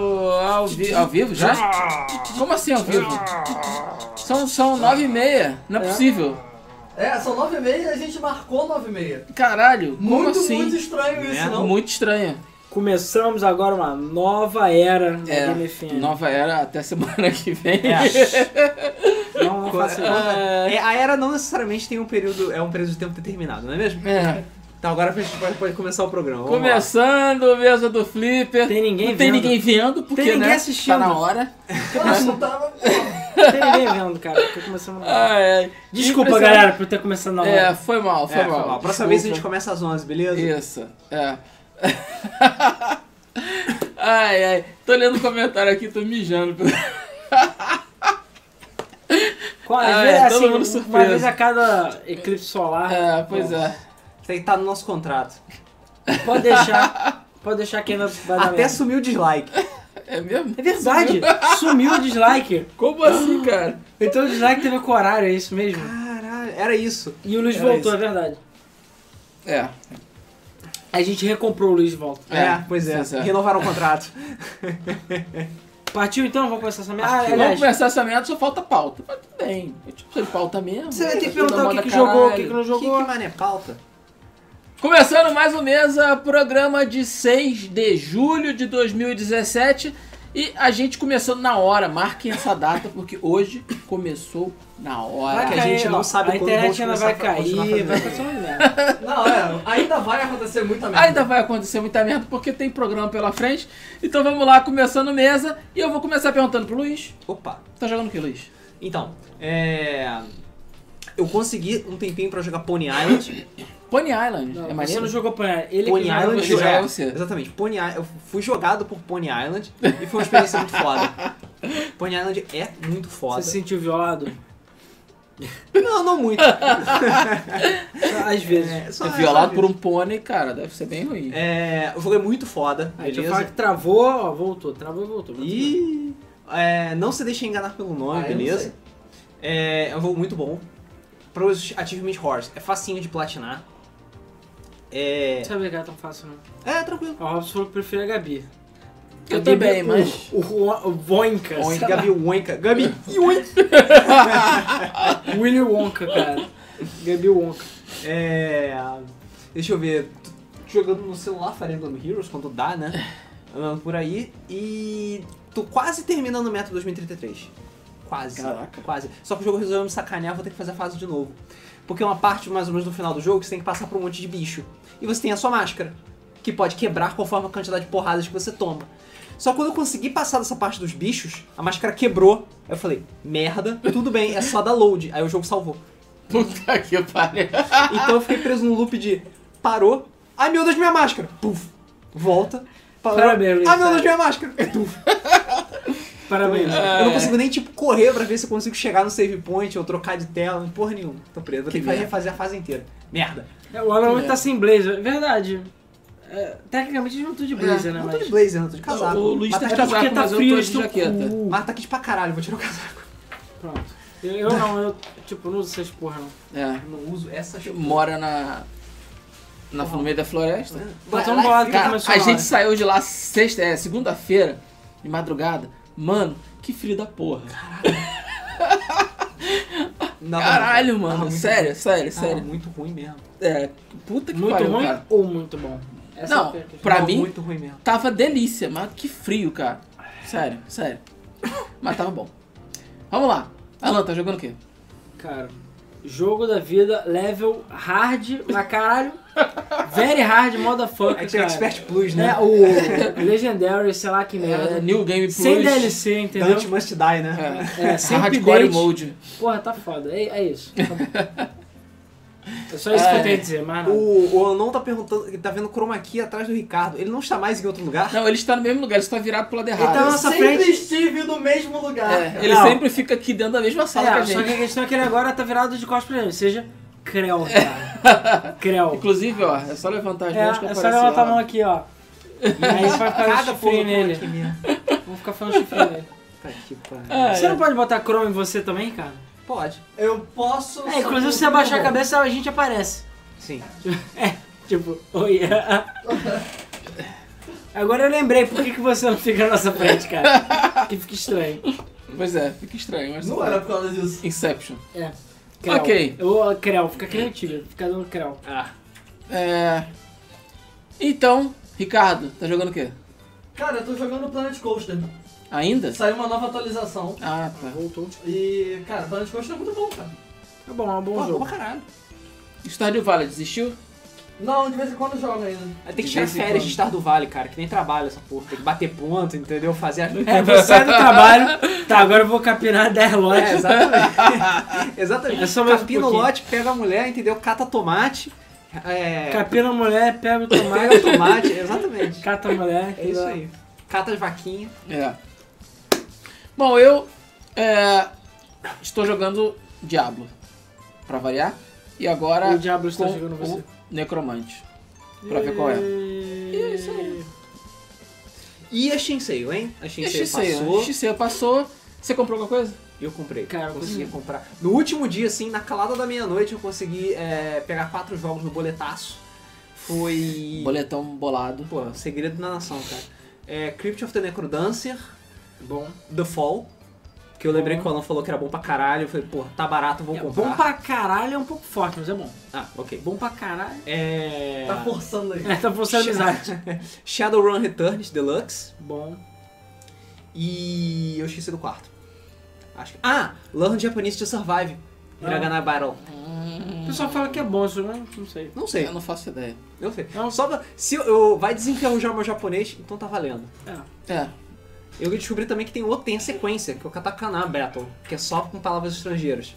ao, vi ao vivo já? Como assim ao vivo? São, são nove e meia, não é, É. possível. É, são 9 e meia e a gente marcou 9 e meia. Caralho, como Muito, assim? muito estranho isso, Né? É, não? muito estranho. Começamos agora uma nova era da É, Game FM. nova era até semana que vem. Não, não faço isso. É, a era não necessariamente tem um período, é um período de tempo determinado, não é mesmo? É. Então agora a gente pode, pode começar o programa. vamos lá. Começando, mesa do Flipper. Tem ninguém não tem vendo. ninguém vendo, porque Tem ninguém né, assistindo. tá na hora. Cara, não tava... Não tem ninguém vendo, cara, porque começamos agora. Ai, ai. Ah, Desculpa, Impressionante. galera, por ter começado na É, hora. foi mal, É, foi foi mal. mal. Próxima vez a gente começa às 11, beleza? Isso, é. ai, ai. Tô lendo um comentário aqui, tô mijando. Qual- Às Ah, vezes, é, todo mundo assim, uma surpreso. vez a cada eclipse solar, É, pois é. Tem que estar no nosso contrato. pode deixar, pode deixar que ainda vai dar Até merda. sumiu o dislike. É mesmo? É verdade, sumiu o dislike. Como assim, cara? Então o dislike teve com horário, é isso mesmo. Ah, Caralho, era isso. E o Luiz Era voltou, isso. é verdade. É, A gente recomprou o Luiz de volta. É, É, pois é. pois é. Renovaram o contrato. Partiu então? Vamos começar essa merda? Ah, vamos aliás, começar essa merda, só falta pauta. Mas tudo bem, eu tipo, sem pauta mesmo. você vai ter que Tá tudo perguntar na o que, moda que jogou, o que, caralho. que não jogou. Que, que mané, pauta? Começando mais um mesa, programa de 6 de julho de 2017. E a gente começou na hora, marquem essa data, porque hoje começou na hora. Vai é que a gente não sabe a quando vamos internet ainda começar vai a fa- cair, continuar fazendo vai isso. acontecer uma merda. Não, é, ainda vai acontecer muita merda. Ainda vai acontecer muita merda, porque tem programa pela frente. Então vamos lá, começando mesa. E eu vou começar perguntando pro Luiz. Opa. Tá jogando o que, Luiz? Então, é... Eu consegui um tempinho pra jogar Pony Island. Pony Island. Não, é você não maneiro? jogou panela. Ele Pony que jogou Island você panela. jogar é, você. Exatamente. Pony Island, eu fui jogado por Pony Island e foi uma experiência muito foda. Pony Island é muito foda. Você se sentiu violado? Não, não muito. Às vezes. É, só- É violado só- por um pônei, cara, deve ser bem ruim. É, o jogo é muito foda, Aí tu beleza? fala que travou, ó, voltou, travou e voltou. voltou. E é, não se deixe enganar pelo nome, Ah, eu não beleza? sei. É, é um jogo muito bom. Para os Achievement Horse, é facinho de platinar. É, Não sabia que era tão fácil, não. é tranquilo. O Robson falou que prefere a Gabi. Eu A Gabi também, é o- mas- O, o, o Wonka. Oink, Gabi Oinka. Gabi Oinka. Willy Wonka, cara. Gabi Wonka. É, deixa eu ver. Tô jogando no celular Fire Emblem Heroes, quando dá, né? Andando por aí. E tô quase terminando o Meta 2033. Quase. Caraca. Quase. Só que o jogo resolveu me sacanear, vou ter que fazer a fase de novo. Porque é uma parte mais ou menos no final do jogo que você tem que passar por um monte de bicho. E você tem a sua máscara, que pode quebrar conforme a quantidade de porradas que você toma. Só que quando eu consegui passar dessa parte dos bichos, a máscara quebrou. Aí Eu falei, merda, tudo bem, é só dar load. Aí o jogo salvou. Puta que pariu. Então eu fiquei preso num loop de parou. Ai meu Deus, minha máscara! Puf! Volta. Parou. Parabéns, Luiz, Ai meu cara. Deus, minha máscara! Puf! Parabéns. É. Eu não consigo nem, tipo, correr pra ver se eu consigo chegar no save point ou trocar de tela, porra nenhuma. Tô preso, vou ter Que que fazer- merda. refazer a fase inteira. Merda. É, O Alan Wake tá sem blazer. Verdade. É, tecnicamente eu não tô de blazer, né? não tô mas- de blazer, não, tô de casaco. O Luiz Mas tá de aqui- casaco. Porque tá mas eu frio, tô de eles tão jaqueta. com- Mas tá aqui de pra caralho, vou tirar o casaco. Pronto. Eu, eu não, eu, tipo, não uso essas porra, não. É. Não uso essa Mora na. na no meio da floresta. Tá tão bolado que Cara, começou a na gente hora. saiu de lá sexta, é, segunda-feira, de madrugada. Mano, que frio da porra. Não, Caralho, não, não. mano. Tava muito Sério, ruim. sério, Tava sério. muito ruim mesmo. É, puta que Muito pariu, ruim cara. ou muito bom? Essa Não, é a pergunta. Pra Não, mim- Muito ruim mesmo. Tava delícia, mas que frio, cara. Sério, sério. Mas tava bom. Vamos lá. Alan, tá jogando o quê? Cara, jogo da vida, level hard, mas caralho, very hard, motherfucker, É tipo Aí É tem cara. Expert Plus, né? É, o Legendary, sei lá que merda. É, New Game Plus. sem DLC, entendeu? Dante Must Die, né? É, É, sem hardcore update. mode. Porra, tá foda, é, é isso. Tá bom. É só isso que eu tenho a dizer, mas não. O, o Anon tá perguntando, ele tá vendo chroma key atrás do Ricardo. Ele não está mais em outro lugar? Não, ele está no mesmo lugar, ele está virado pro lado errado. Então, Eu nossa sempre frente- estive no mesmo lugar. É, cara. ele Não. sempre fica aqui dentro da mesma sala que a É, só gente. que a questão é que ele agora tá virado de costas pra ele, ou seja, Creu, cara. Creu. Inclusive, ó, é só levantar as É, mãos que é aparece só levantar a lá. mão aqui, ó. Aí você vai ficar Cada no porra chifrinho do chroma Tá nele. key mesmo. Vou ficar falando chifrinho nele. Tá que pariu. Ah, Você é. não pode botar Chrome em você também, cara? Pode. Eu posso... É, inclusive se você abaixar a cabeça, a gente É, aparece. Sim. Tipo, oi. Agora eu lembrei por que, que você não fica na nossa frente, cara. Que fica estranho. Pois é, fica estranho, mas. Não era por causa disso. Inception. É. Creu. Ok. Eu vou creu, fica criativo, fica dando creu. Ah. É. Então, Ricardo, tá jogando o quê? Cara, eu tô jogando Planet Coaster. Ainda? Saiu uma nova atualização. Ah, tá. Voltou. E, cara, Planet Coaster é muito bom, cara. Tá bom, é um bom Pô, jogo. pra caralho. Stardew Valley, desistiu? Não, de vez em quando joga ainda. Aí tem que De tirar é vez em férias quando. de estar do vale, cara, que nem trabalho essa porra. Tem que bater ponto, entendeu? Fazer as. É, você sai do trabalho. Tá, agora eu vou capinar 10 É, lotes. exatamente. exatamente. É só mais um Capina o pouquinho. lote, pega a mulher, entendeu? Cata tomate. É. Capina a mulher, pega o tomate, Pega o tomate, exatamente. cata a mulher. É isso aí. Cata as vaquinhas. É. Bom, eu é, estou jogando Diablo, pra variar. E agora O Diablo está com jogando o você. Necromante, pra ver qual é. E isso aí. E a Shinseio, hein? A E a Shinseio passou. XC, XC passou. Você comprou alguma coisa? Eu comprei. Cara, eu consegui comprar. No último dia, assim, na calada da meia-noite, eu consegui é, pegar quatro jogos no boletaço. Foi. Boletão bolado. Pô, segredo da nação, cara. É, Crypt of the Necrodancer, Bom. The Fall. Que eu lembrei que o Alan falou que era bom pra caralho. Eu falei, porra, tá barato, vou É, comprar. bom pra caralho é um pouco forte, mas é bom. Ah, ok. Bom pra caralho. É. Tá forçando aí. É, tá forçando a amizade. Shadowrun Returns Deluxe. Bom. E. Eu esqueci do quarto. Acho que. Ah! Learn Japanese to Survive. Ah. Hiragana Battle. O pessoal fala que é bom, isso não, não sei. Não sei. Eu não faço ideia. Eu sei. Não. Só pra- se eu, eu- vai desenferrujar meu japonês, então tá valendo. É. É. Eu descobri também que tem outro, tem a sequência, que é o Katakana Battle, que é só com palavras estrangeiras.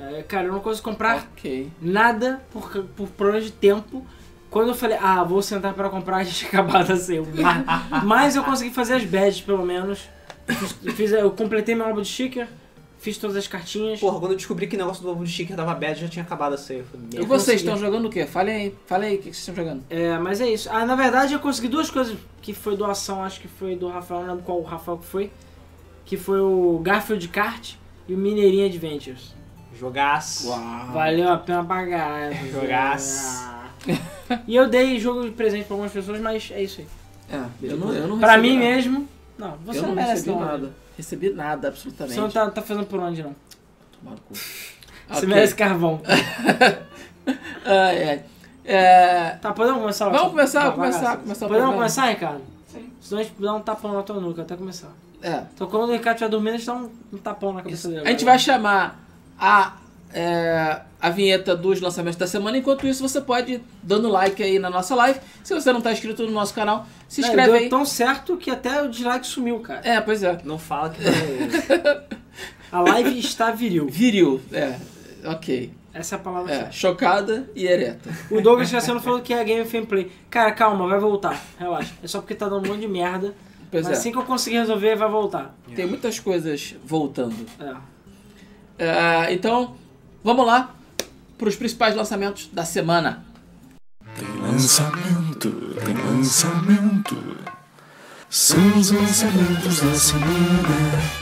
É, cara, eu não consigo comprar Ok. nada por, ca- por problemas de tempo. Quando eu falei, ah, vou sentar pra comprar, a gente tinha acabado a ser. Mas, mas eu consegui fazer as badges, pelo menos. Fiz- fiz- eu completei meu álbum de sticker, fiz todas as cartinhas. Porra, quando eu descobri que o negócio do ovo de chique dava bad, já tinha acabado a ceia. Eu falei, E merda. vocês consegui. estão jogando o quê? Fala aí, fala aí o que vocês estão jogando. É, mas é isso. Ah, na verdade eu consegui duas coisas que foi doação, acho que foi do Rafael, não lembro qual o Rafael que foi. Que foi o Garfield Kart e o Mineirinha Adventures. Jogaço. Uau. Valeu a pena pra caralho. Jogaço. E eu dei jogo de presente pra algumas pessoas, mas é isso aí. É, eu não, eu não pra recebi mim nada. mesmo, não, você eu não, não, merece recebi não. nada. Recebi nada, absolutamente. Você não tá, tá fazendo por onde, não. Tomar no cu. Você Ok. merece carvão. Ah, é. É, Tá, podemos começar? Vamos Watson? começar, Tá, começar, bagaça. começar o Podemos programa. começar, Ricardo? Sim. Senão a gente dá um tapão na tua nuca até começar. é. Então quando o Ricardo estiver dormindo, a gente dá um, um tapão na cabeça dele. A gente vai chamar a, é, a vinheta dos lançamentos da semana. Enquanto isso, você pode ir dando like aí na nossa live. Se você não tá inscrito no nosso canal, se Não, inscreve deu aí. tão certo que até o dislike sumiu, cara. É, pois é. Não fala que foi. A live está viril. Viril. É, ok. Essa é a palavra É, certa. chocada e ereta. O Douglas Cassiano falou que é Game Gameplay. Cara, calma, vai voltar. Relaxa. É só porque tá dando um monte de merda. Pois mas é. assim que eu conseguir resolver, vai voltar. Tem muitas coisas voltando. É. É, então, vamos lá para os principais lançamentos da semana. Tem lançamento, tem lançamento. São os lançamentos da semana.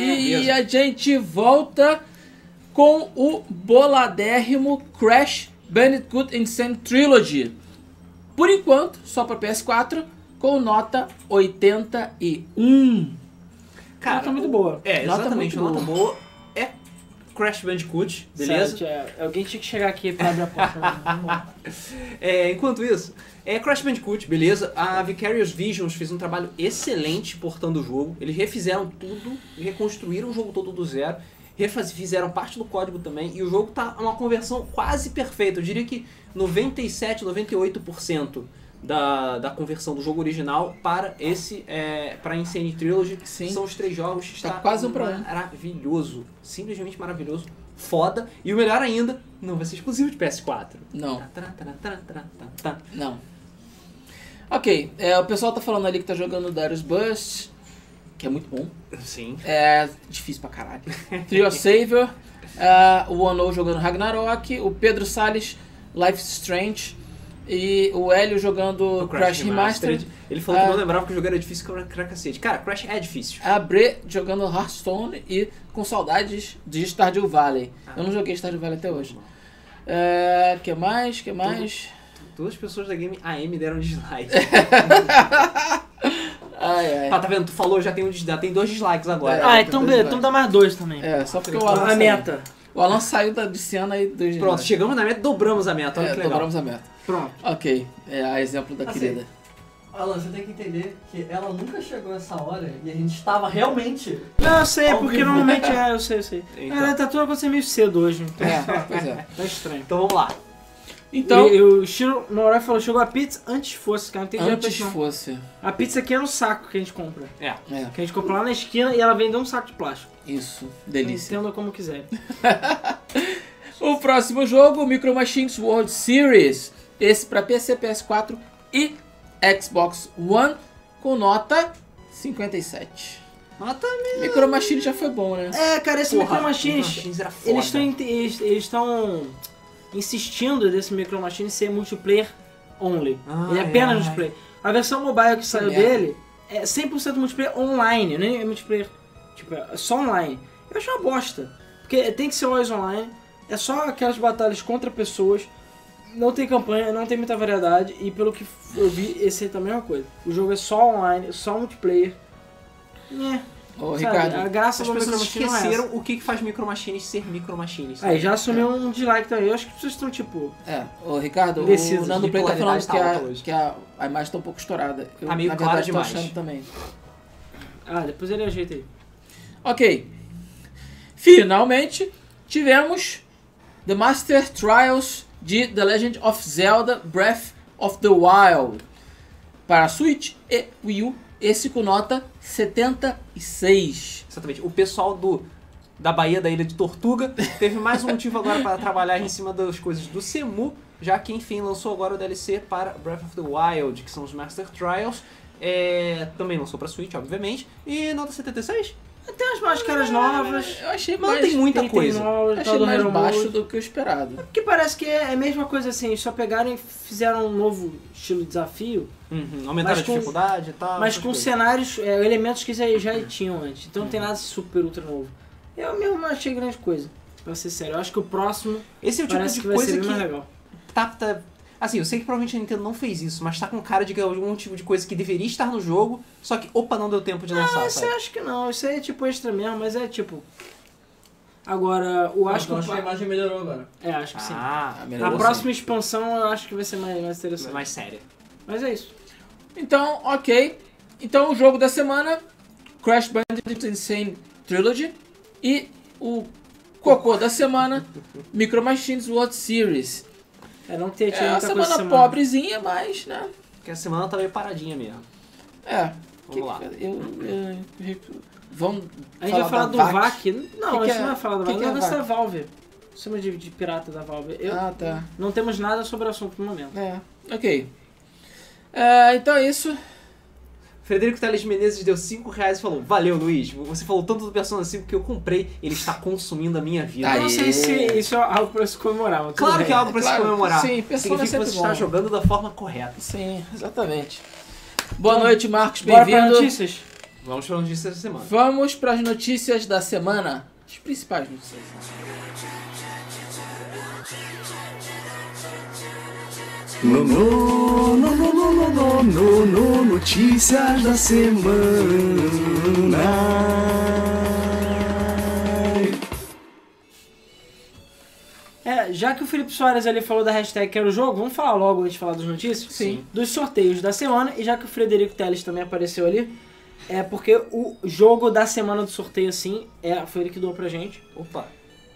E a gente volta com o boladérrimo Crash Bandicoot Insane Trilogy. Por enquanto, só para PS4, com nota 81. Cara, Nota Tá muito boa. É, Nota exatamente, muito nota boa. É Crash Bandicoot, beleza? Certo, é. Alguém tinha que chegar aqui pra abrir a porta. Vamos lá. É, enquanto isso, é Crash Bandicoot, beleza? A Vicarious Visions fez um trabalho excelente portando o jogo. Eles refizeram tudo, reconstruíram o jogo todo do zero, refaz- fizeram parte do código também, e o jogo tá uma conversão quase perfeita. Eu diria que 97, 98% da, da conversão do jogo original para esse, é, para Insane Trilogy. Sim. São os três jogos. Está quase um pra um. maravilhoso. Simplesmente maravilhoso. Foda. E o melhor ainda, não vai ser exclusivo de PS4. Não, Tá, tá, tá, tá, tá, tá. não. Ok, é, o pessoal tá falando ali que tá jogando Darius Bust, que é muito bom. Sim. É difícil pra caralho. Trio Savior, é, o Ono jogando Ragnarok, o Pedro Salles Life is Strange e o Hélio jogando Crash, Remastered. Ele falou que Ah. não lembrava que o jogo era difícil que era cra- cacete. Cara, Crash é difícil. A Bre jogando Hearthstone e com saudades de Ah, tá Stardew Valley. Eu não joguei Stardew Valley até hoje. É, que mais? Que mais? Todas as pessoas da game AM deram dislike. Ai, ai. ah, tá vendo? Tu falou, já tem, um, dis- já tem dois dislikes agora. Ah, então, beleza, beleza, então dá mais dois também. É, só porque o Alan. A saiu. meta. O Alan saiu da, de cena aí do Ah, Pronto, chegamos na meta, dobramos a meta. Olha É, que legal. dobramos a meta. Pronto. Ok, é a exemplo da Assim. querida. Alan, você tem que entender que ela nunca chegou nessa hora e a gente estava realmente. Não, eu sei, Ao porque vivo. normalmente é, eu sei, eu sei. Então. É, tá tudo acontecendo meio cedo hoje, então É, pois é. tá estranho. Então vamos lá. Então, E, e o Shiro Norai falou, chegou a pizza antes fosse, cara, não tem dinheiro pra antes isso não. fosse. A pizza aqui é no saco que a gente compra. É, Que a gente compra lá na esquina e ela vem dentro de um saco de plástico. isso. Delícia. Entenda como quiser. O próximo jogo, o Micro Machines World Series. Esse pra PC, PS4 e Xbox One, com nota 57. Mata Micro Machines já foi bom, né? É, cara, esse Porra, Micro Machines, era foda. eles estão eles, eles estão insistindo desse Micro Machines ser multiplayer only. Ah, Ele é apenas é. multiplayer. A versão mobile que saiu merda. dele é 100% multiplayer online, nem é multiplayer, tipo, é só online. Eu acho uma bosta, porque tem que ser um always online, é só aquelas batalhas contra pessoas, não tem campanha, não tem muita variedade, e pelo que eu vi, esse aí tá a mesma coisa. O jogo é só online, só multiplayer. É, Ô, sabe, a Ricardo, graça As do Micro pessoas Machines não é essa. esqueceram o que, que faz Micro Machines ser Micro Machines. Aí já assumiu um dislike também. Eu acho que vocês estão tipo. é, ô, Ricardo, Indeciso o de Nando Play tá falando polaridade que, tá a, alta hoje. que a, a imagem tá um pouco estourada. Eu, Tá meio na clara verdade, demais. tô achando também. Ah, depois ele ajeita aí. Ok. Finalmente, tivemos The Master Trials de The Legend of Zelda Breath of the Wild. Para Switch e Wii U, esse com nota 76. Exatamente. O pessoal do da Bahia, da Ilha de Tortuga, teve mais um motivo agora para trabalhar em cima das coisas do Semu, já que, enfim, lançou agora o DLC para Breath of the Wild, que são os Master Trials. É, também lançou pra Switch, obviamente. E nota 76? Tem umas máscaras novas. Eu achei Não mais, tem muita tem coisa. Novas, achei tal do mais Hero baixo Mode. do que o esperado. Porque parece que é a mesma coisa assim, eles só pegaram e fizeram um novo estilo de desafio, Uhum, aumentaram Mas a com- dificuldade e tal. mas essas com coisas. cenários, é, elementos que já, já tinham antes. Então não tem nada super ultra novo. Eu mesmo não achei grande coisa, pra ser sério. Eu acho que o próximo Esse é o tipo parece de que vai ser coisa bem mais que legal. tá, tá- Assim, eu sei que provavelmente a Nintendo não fez isso, mas tá com cara de que é algum tipo de coisa que deveria estar no jogo, só que, opa, não deu tempo de lançar, Mas sabe? eu acho que não, Ah, isso aí é tipo extra mesmo, mas é tipo. Agora, eu acho que. Então, acho que a o- imagem melhorou agora. É, acho que sim. Ah, Na melhorou tá próxima expansão eu acho que vai ser mais, mais próxima- interessante. mais séria. Mas é isso. Então, ok. Então, o jogo da semana: Crash Bandicoot Insane Trilogy. E o cocô da semana: Micro Machines World Series. É, não ter tido É uma muita semana, coisa semana. pobrezinha, mas, né? Porque a semana tá meio paradinha mesmo. É. Vamos lá. Eu, eu- eu- vamos A gente vai falar do VAC. VAC. Não, Que a que gente é- não vai falar do que VAC. que Não, é vai ser VAC? da Valve. Chama de, de pirata da Valve. Eu, Ah, tá. Não temos nada sobre o assunto no momento. É. Ok. É, então é isso. Frederico Teles Menezes deu 5 reais e falou: Valeu, Luiz. Você falou tanto do Persona 5 que eu comprei, ele está consumindo a minha vida. Tá Aí. Eu não sei se isso é algo pra se comemorar. mas tudo Claro bem. que é algo pra Claro, se comemorar. sim, Persona Significa é que sempre você está bom. jogando da forma correta. Sim, exatamente. Boa noite, Marcos. Então, Bora pra Bem-vindo. notícias? Vamos para notícias da semana. Vamos para as notícias da semana. As principais notícias. No, no, no, no, no, no, no, no, no, notícias da semana. É, já que o Felipe Soares ali falou da hashtag Quero Jogo, vamos falar logo antes de falar das notícias? Sim. Dos sorteios da semana, e já que o Frederico Teles também apareceu ali, é porque o jogo da semana do sorteio, assim, é, foi ele que doou pra gente. Opa.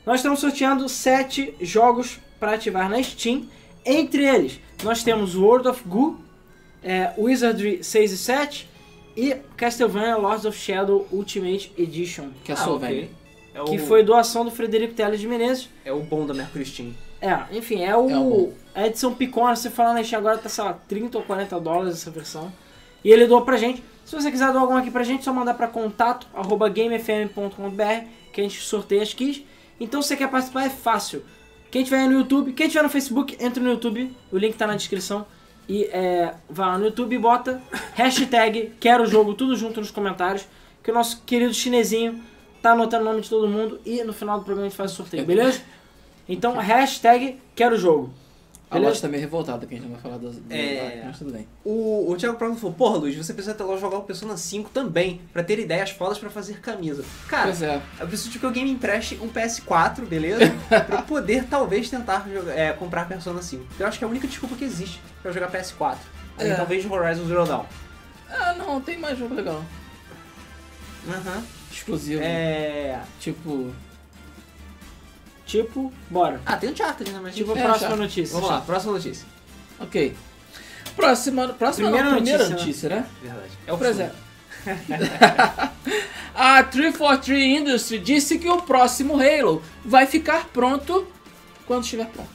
Nós estamos sorteando sete jogos para ativar na Steam. Entre eles, nós temos World of Goo, é, Wizardry 6 e 7 e Castlevania Lords of Shadow Ultimate Edition, Que é Ah, Solvang. ok. É o, que foi doação do Frederico Teles de Menezes. É o bom da Mercury Steam. É, enfim, é o. É o- a edição picona, se falar na Steam agora tá, sei lá, 30 ou 40 dólares essa versão. E ele doou pra gente. Se você quiser doar alguma aqui pra gente, é só mandar pra contato, arroba gamefm.com.br, que a gente sorteia as keys. Então se você quer participar, é fácil. Quem tiver aí no YouTube, quem tiver no Facebook, entra no YouTube, o link tá na descrição. E é, vai lá no YouTube e bota hashtag quero jogo, tudo junto nos comentários. Que o nosso querido chinesinho tá anotando o nome de todo mundo e no final do programa a gente faz o sorteio, beleza? Então, hashtag quero jogo. A Ele- Lodge tá meio revoltada que a gente não vai falar das. do É. Dark, Mas tudo bem. O, o Thiago Prado falou, porra, Luiz, você precisa até lá jogar o Persona 5 também, pra ter ideias fodas pra fazer camisa. Cara, Pois é. eu preciso que alguém me empreste um PS4, beleza? pra eu poder, talvez, tentar jogar- é, comprar Persona 5. Eu acho que é a única desculpa que existe pra eu jogar PS4. Aí, É. Talvez Horizon Zero Dawn. Ah, não, tem mais jogo legal. Aham. Exclusivo. É... Tipo. Tipo, bora. Ah, tem o Charter, né? Mas... Tipo, a É, próxima já. notícia. Vamos lá, próxima notícia. Ok. Próxima, próxima Primeira não, primeira notícia, notícia, né? Verdade. É o Por costume. exemplo. a 343 Industry disse que o próximo Halo vai ficar pronto quando estiver pronto.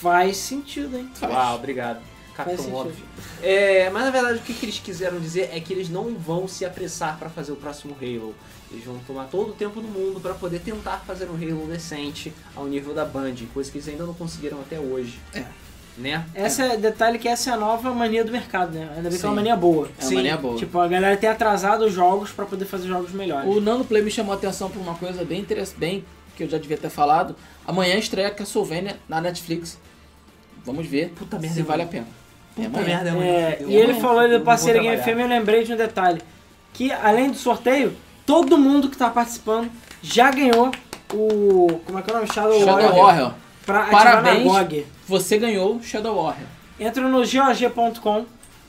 Faz sentido, hein? Faz. Uau, obrigado. Faz Capitão sentido. óbvio. É, mas na verdade o que, que eles quiseram dizer é que eles não vão se apressar pra fazer o próximo Halo. Eles vão tomar todo o tempo do mundo pra poder tentar fazer um Halo decente ao nível da Band, coisa que eles ainda não conseguiram até hoje. É. Né? Esse é detalhe que essa é a nova mania do mercado, né? Ainda bem que é Sim. uma mania boa. É uma linha boa. Tipo, a galera tem atrasado os jogos pra poder fazer jogos melhores. O Nano Play me chamou a atenção por uma coisa bem interessante, bem que eu já devia ter falado. Amanhã estreia Castlevania na Netflix. Vamos ver Puta se merda, vale a mano. pena. É Puta amanhã. merda, mano. É, Eu e ele não- falou ele do eu não parceiro vou Game FM, trabalhar. eu lembrei de um detalhe. Que além do sorteio, todo mundo que tá participando já ganhou o. Como é que é o nome? Shadow, Shadow Warrior. Warrior. Pra ativar Parabéns. na GOG. Você ganhou Shadow Warrior. Entra no GOG.com,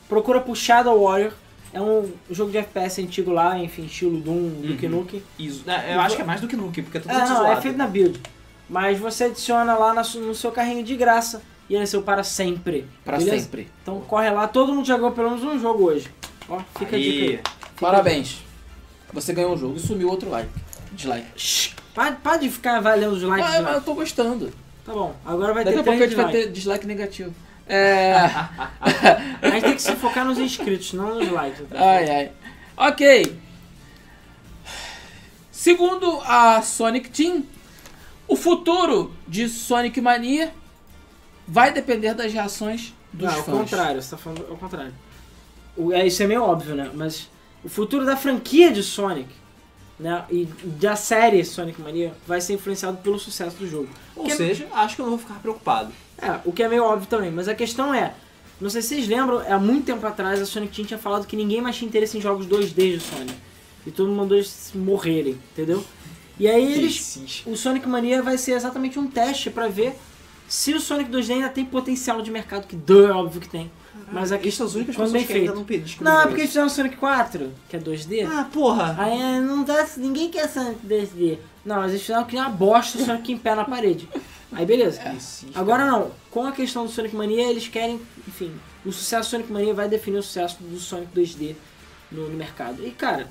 procura por Shadow Warrior. É um jogo de FPS antigo lá, enfim, estilo Doom, Duke Nukem. Isso. Não, eu acho que é mais do que nunca, porque é Uhum. tudo É, não, zoado. é feito na build. Mas você adiciona lá na su- no seu carrinho de graça e ele é seu para sempre. Pra beleza? sempre. Então corre lá, todo mundo já ganhou pelo menos um jogo hoje. Ó, fica Aí. a dica aí. Parabéns. Você ganhou um jogo e sumiu outro like. Dislike. Shhh, para, para de ficar valendo os likes. Ah, lá. mas eu tô gostando. Tá bom, agora vai Daqui ter a pouco a três gente vai likes. ter dislike negativo. É. A gente tem que se focar nos inscritos, não nos likes. tá Ai, ai. Ok. Segundo a Sonic Team, o futuro de Sonic Mania vai depender das reações dos Não, ao fãs. contrário, você tá falando ao contrário. O- é, isso é meio óbvio, né? Mas o futuro da franquia de Sonic, né? E da série Sonic Mania vai ser influenciado pelo sucesso do jogo. Ou Que- seja, acho que eu não vou ficar preocupado. É, o que é meio óbvio também, mas a questão é, não sei se vocês lembram, há muito tempo atrás a Sonic Team tinha falado que ninguém mais tinha interesse em jogos 2D do Sonic. E todo mundo mandou eles se morrerem, entendeu? E aí eles. Esses. O Sonic Mania vai ser exatamente um teste pra ver se o Sonic 2D ainda tem potencial de mercado, que duh, é óbvio que tem. Mas a Estas são as únicas quando pessoas bem que ainda feito. não descobriram Não, é porque eles isso. fizeram Sonic 4, que é 2D. Ah, porra. Aí é, não dá, ninguém quer Sonic 2D. Não, mas eles fizeram que nem é uma bosta o Sonic em pé na parede. Aí beleza. É Esses. Agora não, com a questão do Sonic Mania, eles querem, enfim, o sucesso do Sonic Mania vai definir o sucesso do Sonic 2D no, no mercado. E cara,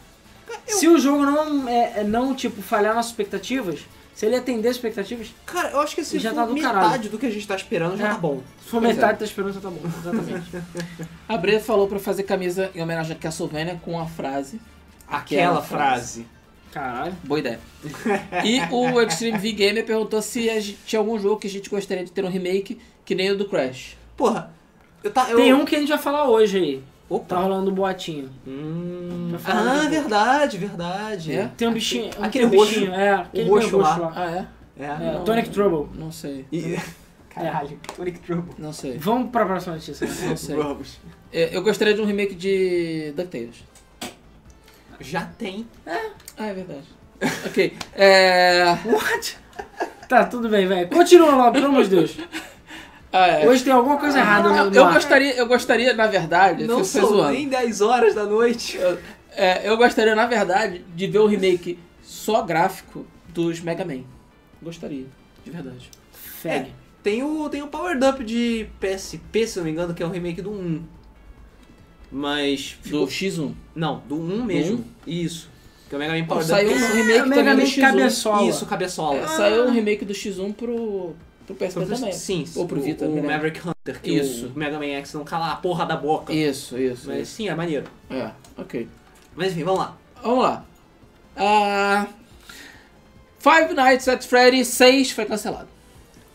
se o jogo não, é, é, não tipo, falhar nas expectativas, se ele atender as expectativas, Cara, eu acho que se Já for tá do metade caralho. do que a gente tá esperando, já É. tá bom. se for Pois é. metade da esperança tá bom, exatamente. A Brea falou pra fazer camisa em homenagem a Castlevania com a frase. Aquela frase. Caralho. Boa ideia. E o Extreme V Gamer perguntou se a gente- tinha algum jogo que a gente gostaria de ter um remake que nem o do Crash. Porra, eu tá. Eu... Tem um que a gente vai falar hoje aí. Tá Opa. rolando um boatinho. Hum. Pra falar Ah, daqui. verdade, verdade. É? Tem um bichinho. Aquele tem um bichinho, É, aquele meio roxo roxo, lá. lá. Ah, é? É. É, Não. Tonic Trouble. Não sei. E- Caralho. Sonic Trouble. Não sei. É. Vamos pra próxima notícia. Não sei. Vamos. É, Eu gostaria de um remake de DuckTales. Já tem. Ah, é verdade. ok. É... What? Tá, tudo bem, velho. Continua logo, pelo amor de Deus. Ah, é. Hoje tem alguma coisa errada no Eu, no eu ar. gostaria, eu gostaria, na verdade, Não eu fui são zoando. nem 10 horas da noite. É, eu gostaria, na verdade, de ver o remake só gráfico dos Mega Man. Gostaria, de verdade. É, Feg. Tem o, tem o Power Up de PSP, se eu não me engano, que é o remake do 1. Mas. Do ficou- X1. Não, do 1 mesmo. Isso. Que é o Mega Man Pô, Power saiu Up. um remake Mega também Man do X1. É, cabeçola. Isso, cabeçola. É, saiu um remake do X1 pro, pro PSP também. Sim, Ou pro Vita, o, né? o Maverick Hunter, que Isso. o Mega Man X não cala a porra da boca. Isso, isso, Mas isso. sim, é maneiro. É, ok. Mas enfim, vamos lá. Vamos lá. Ah, Five Nights at Freddy 6 foi cancelado.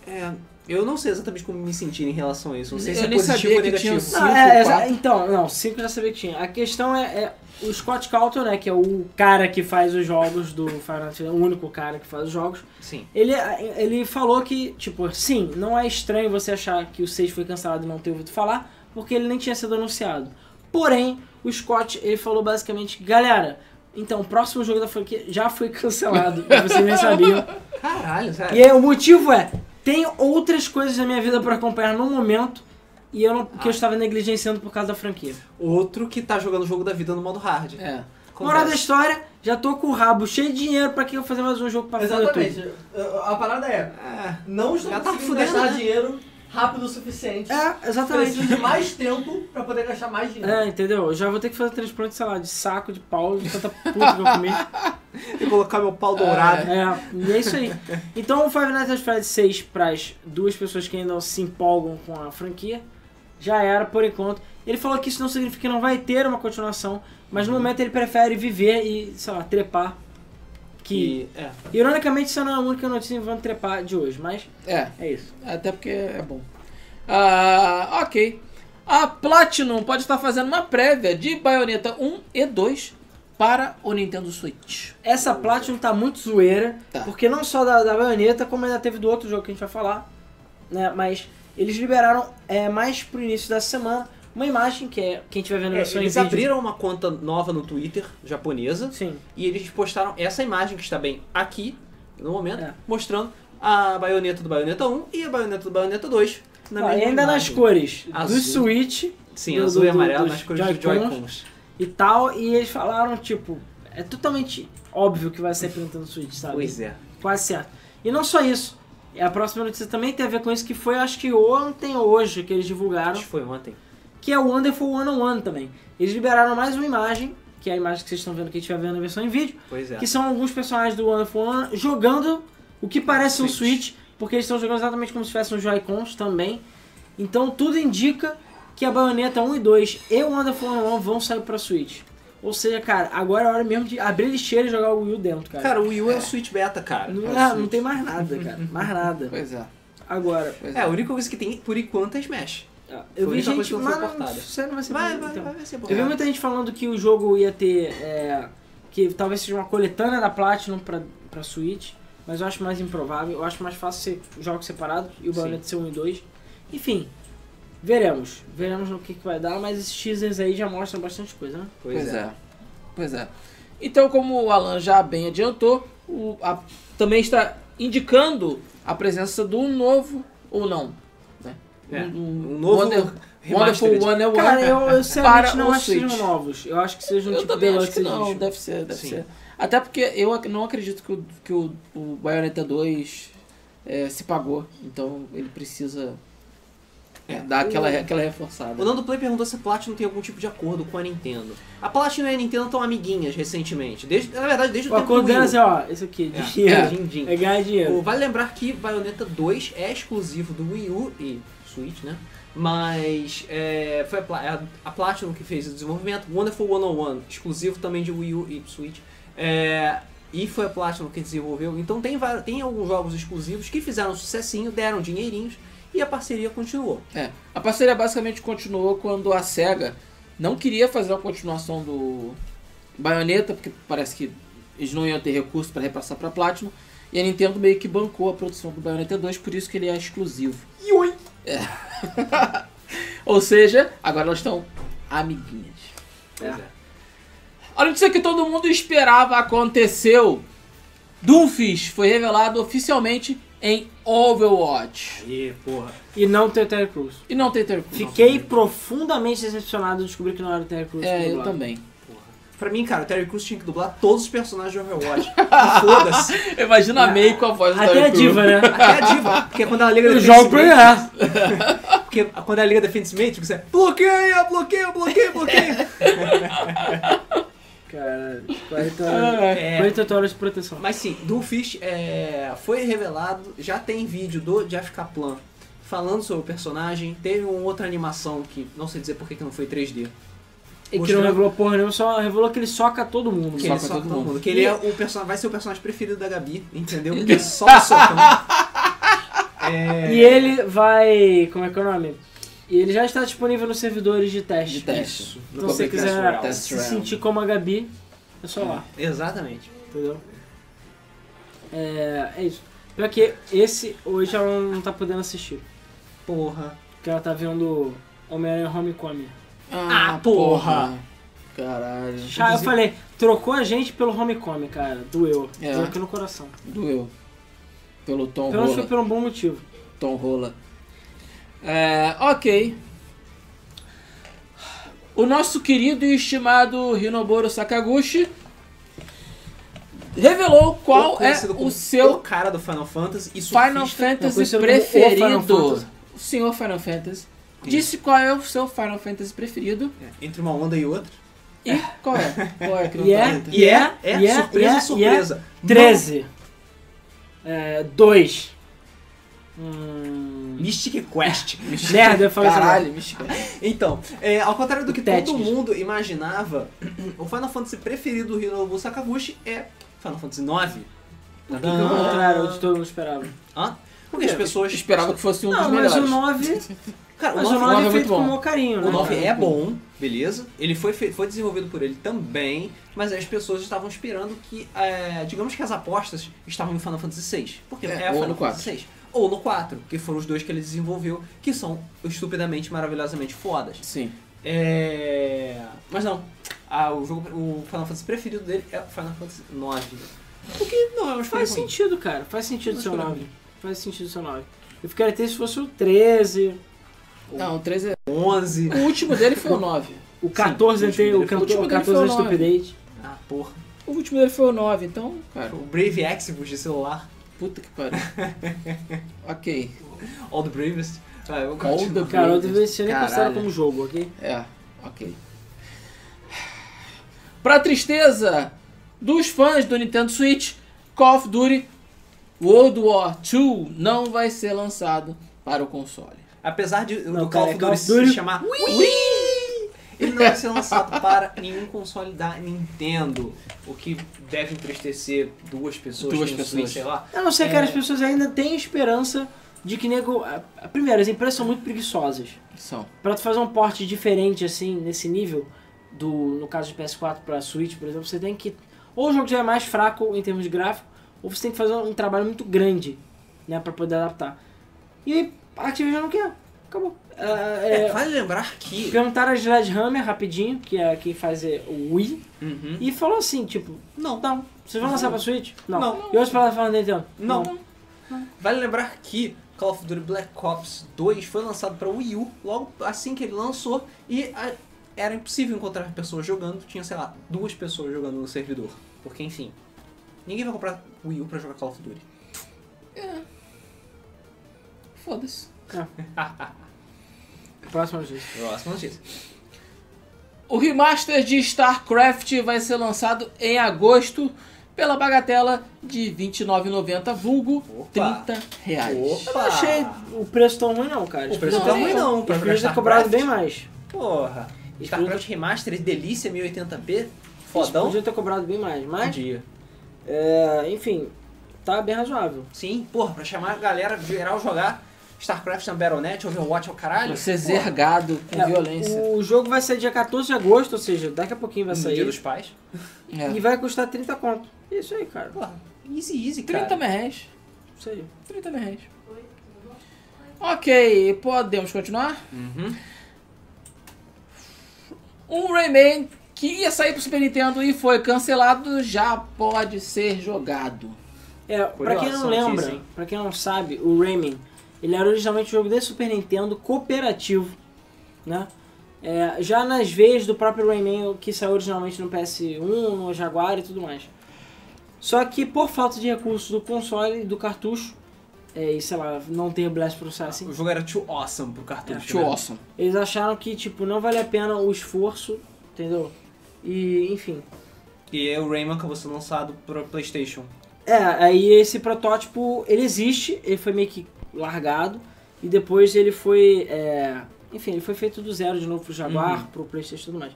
É, Eu não sei exatamente como me sentir em relação a isso. Não sei Eu se é nem positivo sabia ou que tinha negativo. os- Não, Cinco, é, é, quatro. então, não, 5 já sabia que tinha. A questão é, é o Scott Calton, né, que é o cara que faz os jogos do Final Fantasy, o único cara que faz os jogos. Sim. Ele, ele falou que, tipo, sim, não é estranho você achar que o 6 foi cancelado e não ter ouvido falar, porque ele nem tinha sido anunciado. Porém, o Scott, ele falou basicamente, galera, então, o próximo jogo da franquia já foi cancelado, e vocês nem sabiam. Caralho, sério. E aí, o motivo é, tem outras coisas na minha vida pra acompanhar no momento, e eu não, que eu estava negligenciando por causa da franquia. Outro que tá jogando o jogo da vida no modo hard. É. Acontece. Moral da história, já tô com o rabo cheio de dinheiro, pra que eu fazer mais um jogo pra fazer tudo? Exatamente. Eu- A parada é, É. não estou Já tá conseguindo fudendo, gastar né? dinheiro rápido o suficiente. É, exatamente. Preciso de mais tempo pra poder gastar mais dinheiro. É, entendeu? Eu já vou ter que fazer transplante, sei lá, de saco, de pau, de tanta puta que eu comi. E colocar meu pau dourado. É, e é isso aí. Então, o Five Nights at Freddy's 6 pras duas pessoas que ainda se empolgam com a franquia. Já era, por enquanto. Ele falou que isso não significa que não vai ter uma continuação, mas no momento ele prefere viver e, sei lá, trepar. Que, E, é. ironicamente, isso não é a única notícia envolvendo trepar de hoje, mas É, é isso. até porque é bom. Ah, ok. A Platinum pode estar fazendo uma prévia de Bayonetta 1 e 2 para o Nintendo Switch. Essa Platinum tá muito zoeira, Tá. porque não só da, da Bayonetta, como ainda teve do outro jogo que a gente vai falar, né? Mas eles liberaram é, mais pro início da semana uma imagem que é quem tiver vendo a É, versão em eles vídeo. abriram uma conta nova no Twitter japonesa Sim. e eles postaram essa imagem que está bem aqui no momento, É. mostrando a baioneta do baioneta 1 e a baioneta do baioneta 2 na Ó, e mesma ainda imagem. nas cores do Azul. Switch Sim, do- azul do- e amarelo dos nas cores dos Joy-Cons. Joy-Cons. e tal, e eles falaram, tipo, é totalmente óbvio que vai ser pro Nintendo Switch, sabe? Pois é. Quase certo. E não só isso. é, A próxima notícia também tem a ver com isso, que foi acho que ontem ou hoje que eles divulgaram. Acho que foi ontem. que é o Wonderful 101 também. Eles liberaram mais uma imagem, que é a imagem que vocês estão vendo, que estiver vendo a versão em vídeo, Pois é. que são alguns personagens do Wonderful 101 jogando o que parece um Switch, porque eles estão jogando exatamente como se tivessem os Joy-Cons também. Então tudo indica que a Bayonetta 1 e 2 e o Wonderful 101 vão sair pra Switch. Ou seja, cara, agora é a hora mesmo de abrir lixeira e jogar o Wii U dentro, cara. Cara, o Wii U é, o Switch Beta, cara. não, É o ah, Switch. não tem mais nada, cara. Mais nada. Pois é. Agora, ah, Pois É, a única coisa que tem por enquanto é Smash. eu Foi a vi única é coisa gente... que não foi mas não, cortada. sério, não vai ser Vai, bom, vai, então. vai ser bom. É. Eu É. vi muita gente falando que o jogo ia ter. é, que talvez seja uma coletânea da Platinum pra, pra Switch, mas eu acho mais improvável. Eu acho mais fácil ser jogos separados e o Sim. Bayonetta ser 1 e 2. Enfim, veremos. Veremos no que, que vai dar, mas esses teasers aí já mostram bastante coisa, né? Pois, é. Pois é. Então, como o Alan já bem adiantou, o- a- também está indicando a presença do novo, ou não, né? É, Um, um novo Wonderful remastered. One é Cara, eu, eu sinceramente Para não o acho que Switch. sejam novos. Eu acho que sejam Eu tipo também acho que Deluxe não, Edition. deve ser, deve Sim. ser. Até porque eu ac- não acredito que o, que o, o Bayonetta 2 eh, se pagou, então ele precisa eh, dar aquela, re- aquela reforçada. O Nando Play perguntou se a Platinum tem algum tipo de acordo com a Nintendo. A Platinum e a Nintendo estão amiguinhas recentemente. Desde, na verdade, desde o, O tempo do acordo Wii U. delas é, ó, esse aqui, É. dinheiro. Din, din. É, ganhar dinheiro. O- Vale lembrar que Bayonetta 2 é exclusivo do Wii U e Switch, né? Mas é, foi a, Pla- é a Platinum que fez o desenvolvimento. Wonderful 101, exclusivo também de Wii U e Switch. É, e foi a Platinum que desenvolveu. Então tem, va- tem alguns jogos exclusivos que fizeram sucessinho, deram dinheirinhos e a parceria continuou. É, a parceria basicamente continuou quando a SEGA não queria fazer uma continuação do Bayonetta, porque parece que eles não iam ter recurso para repassar para Platinum, e a Nintendo meio que bancou a produção do Bayonetta 2, por isso que ele é exclusivo. É. Ou seja, agora elas estão amiguinhas. Pois é. A notícia que todo mundo esperava aconteceu. Doomfist foi revelado oficialmente em Overwatch. E, porra. E não ter o Terry Crews. E não tem ter... Fiquei profundamente decepcionado de descobrir que não era o Terry Crews. É, que eu dublava. também. Pra mim, cara, o Terry Crews tinha que dublar todos os personagens de Overwatch. E Foda-se. Imagina a May com a voz do Até Terry a diva, né? Até a diva. Porque quando a Liga Eu defende jogo esse pra meio- ganhar. Porque quando a Liga defende esse meio, tipo, você é bloqueia, bloqueia, bloqueia, bloqueia. Cara, 48 Crews. horas, É. É, 48 horas de proteção. mas sim, Doomfist é, foi revelado, já tem vídeo do Jeff Kaplan falando sobre o personagem, teve uma outra animação que não sei dizer por que que não foi 3D. E que não mostrando- revelou porra nenhuma, só revelou que ele soca todo mundo. Que Soca ele soca todo todo mundo. mundo. Que ele é o person... vai ser o personagem preferido da Gabi, entendeu? Porque só o socão. E ele vai. Como é que é o nome? E ele já está disponível nos servidores de teste. De teste. Isso. No Então se você public test quiser round. se Test round. sentir como a Gabi, é só lá, Exatamente. entendeu? É, é isso. Pior que esse hoje ela não tá podendo assistir. Porra. Porque ela tá vendo Homem-Aranha Homecoming. Ah, porra. Caralho. Já, eu falei, trocou a gente pelo Homecoming, cara. Doeu. É. Doeu aqui no coração. Doeu. Pelo Tom Pelo menos foi Rola. por um bom motivo. Tom Rola. É, ok. O nosso querido e estimado Hinoboro Sakaguchi revelou Ou qual é conhecido como o seu o cara do Final Fantasy e surfista. Final Não, Fantasy conhecido como o Final preferido. Fantasy. O senhor Final Fantasy. Disse qual é o seu Final Fantasy preferido É, Entre uma onda e outra. e qual é. Qual é que não E tá é, dentro? e é, É, e é, surpresa, e é, surpresa. e é 13. 2. É, Hum, Mystic Quest. merda, eu falei isso agora. Caralho, me esquece. Então, é, ao contrário do que Tetris. todo mundo imaginava, o Final Fantasy preferido do Hinobu Sakaguchi é Final Fantasy IX. Por que que o contrário de todo mundo esperava? Hã? Porque as pessoas... Eu esperava que fosse um Não, dos mas melhores. o 9. Cara, o Mas o nove- 9 é muito feito com bom. o maior carinho, né? o 9 cara? é bom, beleza? Ele foi, fe- foi desenvolvido por ele também, mas as pessoas estavam esperando que, é, digamos que as apostas estavam no Final Fantasy VI. Porque É, é, ou Final no Fantasy VI. Ou no 4, que foram os dois que ele desenvolveu, que são estupidamente, maravilhosamente fodas. Sim. É... Mas não. Ah, o, jogo, o Final Fantasy preferido dele é o Final Fantasy IX. O que não é uma escolha Faz ruim. sentido, cara. Faz sentido Mas seu foi bom. 9. Faz sentido seu 9. Eu ficaria triste se fosse o 13. Não, o 13 é... 11. O último dele foi o 9. O 14 o último tem o, dele- o cantor, último o dele foi 14 é o nove. Stupidez. Ah, porra. O último dele foi o 9, então, cara, O Brave Exibus de celular. puta que pariu. ok. All the Bravest. Vai, eu All continuo. the- Cara, eu deveria ser nem Caralho. considerado como jogo, ok? É, ok. Pra tristeza dos fãs do Nintendo Switch, Call of Duty World War II não vai ser lançado para o console. Apesar de Não, do cara, Call of é Call Duty of se Duty. chamar Wii, ele não vai ser lançado para nenhum console da Nintendo. O que deve entristecer duas pessoas, Duas que não pessoas. sei lá. Eu não sei, cara, as pessoas ainda têm esperança de que nego. a- a- Primeiro, as empresas são muito preguiçosas. São. Pra tu fazer um porte diferente, assim, nesse nível, do no caso de PS4 pra Switch, por exemplo, você tem que. Ou o jogo já é mais fraco em termos de gráfico, ou você tem que fazer um trabalho muito grande, né, pra poder adaptar. E a Activision não quer. Acabou. Ah, é, É, vale lembrar que... Perguntaram a Sledgehammer rapidinho, que é quem faz é, o Wii, Uhum. e falou assim, tipo, Não, não, vocês vão lançar pra Switch? Não. Não. E outros falaram falando Nintendo? Não. Vale lembrar que Call of Duty Black Ops 2 foi lançado para Wii U logo assim que ele lançou e a- era impossível encontrar pessoas jogando. Tinha, sei lá, duas pessoas jogando no servidor. Porque, enfim, ninguém vai comprar Wii U pra jogar Call of Duty. Foda-se. Próximo notícia. Próxima notícia. O remaster de StarCraft vai ser lançado em agosto pela bagatela de R$ 29,90, vulgo Opa. R$ 30 reais. Opa. Eu não achei o preço tão ruim não, cara. O preço não tá tem ruim não. pra Eles jogar podiam ter cobrado StarCraft. bem mais. Porra. Eles StarCraft Remastered, delícia, 1080p, fodão. Podia ter cobrado bem mais, mas, Podia. é, enfim, tá bem razoável. Sim, porra, pra chamar a galera geral jogar StarCraft na Battle.net, Overwatch ao caralho. Você porra, zergado com É, violência. O jogo vai sair dia 14 de agosto, ou seja, daqui a pouquinho vai No dia sair. dos pais. É. E vai custar 30 conto. Isso aí, cara. Porra, easy, easy, 30 cara. reais. Isso aí. 30 mil reais. Ok, podemos continuar? Uhum. Um Rayman que ia sair pro Super Nintendo e foi cancelado já pode ser jogado. É, pra quem Curiosa não notícia, lembra, hein? pra quem não sabe, o Rayman, ele era originalmente um jogo de Super Nintendo cooperativo, né? É, já nas veias do próprio Rayman, que saiu originalmente no PS1, no Jaguar e tudo mais. Só que por falta de recursos do console e do cartucho, é, e sei lá, não tem o Blast Processing, O um jogo era too awesome pro cartucho. É, Too né? awesome. eles acharam que, tipo, não vale a pena o esforço, entendeu? E, enfim, E aí o Rayman acabou sendo lançado pro PlayStation. É, aí esse protótipo, ele existe, ele foi meio que largado, e depois ele foi, é, enfim, ele foi feito do zero de novo pro Jaguar, pro Playstation e tudo mais.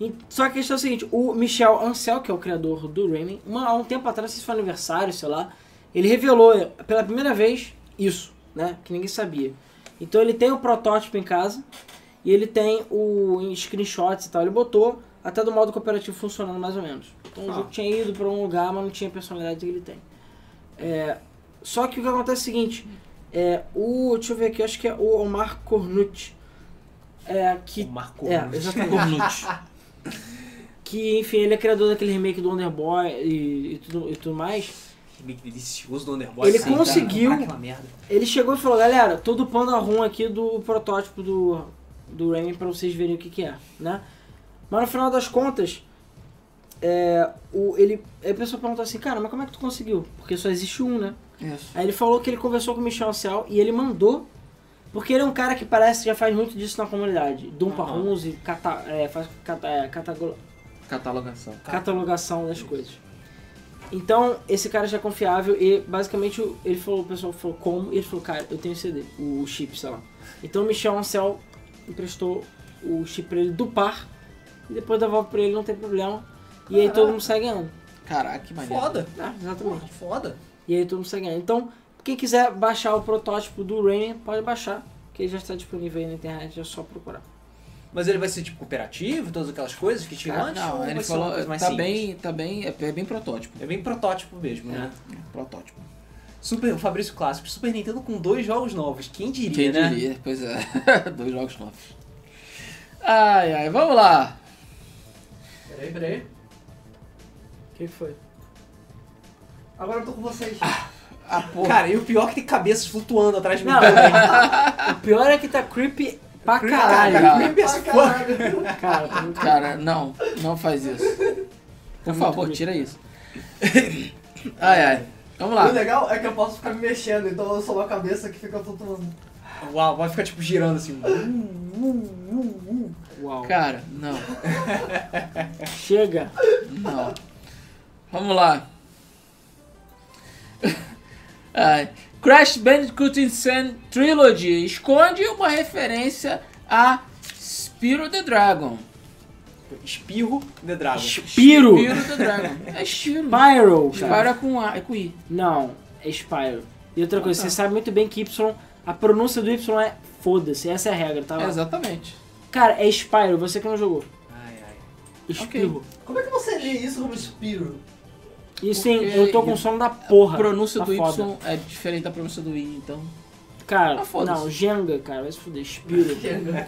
E- só que a questão é a seguinte, o Michel Ancel, que é o criador do Rayman, uma- há um tempo atrás, se foi aniversário, sei lá, ele revelou pela primeira é, vez isso, né? Que ninguém sabia. Então ele tem o protótipo em casa e ele tem o em screenshots e tal. Ele botou até do modo cooperativo funcionando mais ou menos. Então o Ah. jogo tinha ido pra um lugar, mas não tinha a personalidade que ele tem. É, só que o que acontece é o seguinte: é, o, deixa eu ver aqui, acho que é o Omar Cornucci. É, que O Marco. é, exatamente. que, enfim, ele é criador daquele remake do Underboy e, e, tudo, e tudo mais. Remake delicioso do Underboy. Ele Sim, cara, conseguiu- comprar aquela merda. Ele chegou e falou, galera, tô dupando a ROM aqui do protótipo do, do Rayman pra vocês verem o que que é, né? Mas no final das contas, é, o, ele, aí a pessoa perguntou assim, cara, mas como é que tu conseguiu? Porque só existe um, né? Isso. Aí ele falou que ele conversou com o Michel Ancel e ele mandou, porque ele é um cara que parece que já faz muito disso na comunidade. Dumpa Aham. ROMs e cata, é, faz cata, é, catago- Catalogação. Tá. catalogação das coisas. Então, esse cara já é confiável e basicamente o- ele falou, o pessoal falou como, e ele falou, cara, eu tenho CD, o chip, sei lá. Então o Michel Ancel emprestou o chip pra ele do par e depois devolve pra ele, não tem problema. E aí todo mundo sai ganhando. Caraca, que maneiro. Foda. Ah, exatamente. Porra, foda. E aí todo mundo sai ganhando. Então, quem quiser baixar o protótipo do Rayman, pode baixar, que ele já está disponível aí na internet, é só procurar. Mas ele vai ser tipo cooperativo, todas aquelas coisas que tinha Ah, antes? ou não, ele vai ser uma falou, coisa mais tá simples? bem, tá bem, é, é bem protótipo. É bem protótipo mesmo, né? É, protótipo. Super, o Fabrício Clássico, Super Nintendo com dois jogos novos. Quem diria, Quem né? diria, pois é, dois jogos novos. Ai, ai, vamos lá. Peraí, peraí. O que, que foi? Agora eu tô com vocês. Ah, porra. Cara, e o pior é que tem cabeças flutuando atrás de mim. Não, o pior é que tá creepy pra Creepy, caralho. cara. creepy Ah, as fuck. caralho. Cara, tá muito Cara, não, não faz isso. Por muito favor, bonito. tira isso. Ai, ai. Vamos Tá. lá. O legal é que eu posso ficar me mexendo, então eu sou uma cabeça que fica flutuando. Uau, vai ficar tipo girando assim. Uau. Cara, não, Chega. não. Vamos lá. Ai. Crash Bandicoot Insane Trilogy esconde uma referência a Spiro the Dragon. Espirro The Dragon. Spiro. Spiro the Dragon. É Spiro. Spyro. Spiro Cara. é com A, é com I. Não, é Spyro. E Ah, outra coisa, tá. você sabe muito bem que Y, a pronúncia do Y é foda-se. Essa é a regra, tá? Exatamente. Cara, é Spyro, você que não jogou. Ai, ai. Espirro. Como é que você lê isso como espiro? E sim, Porque- eu tô com sono da porra. a pronúncia tá do foda. Y é diferente da pronúncia do I, então. Cara, Ah, foda-se. não, Jenga, cara, vai se fuder. Spyro.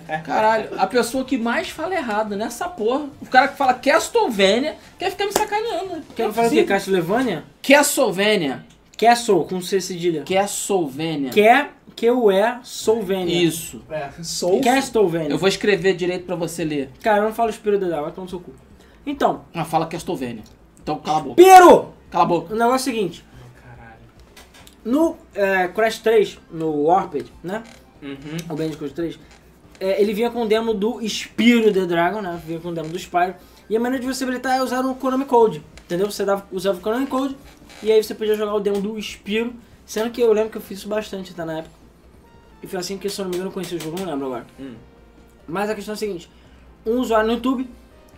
É. Caralho, a pessoa que mais fala errado nessa porra, o cara que fala Castlevania, quer ficar me sacaneando. né? Quero Não é falar o quê? possível. Castlevania? Castlevania. Castle, com C cedilha. Castlevania. Quer que eu é Solvenia. Isso. É. Sou. Castlevania. Eu vou escrever direito pra você ler. Cara, eu não falo Spiro Dedal, vai tomar no seu cu. Então, Ah, fala Castlevania. Então cala a boca. Pero! Cala a boca. O negócio é o seguinte. Caralho. No é, Crash 3, no Warped, né? Uhum. O Bandicoot 3. é, ele vinha com o demo do Spiro the Dragon, né? Vinha com o demo do Spyro. E a maneira de você habilitar é usar o Konami Code, entendeu? Você dava, usava o Konami Code e aí você podia jogar o demo do Spiro. Sendo que eu lembro que eu fiz isso bastante até na época. E foi assim que, se eu não me engano, eu conheci o jogo, não lembro agora. Hum. Mas a questão é a seguinte. Um usuário no YouTube,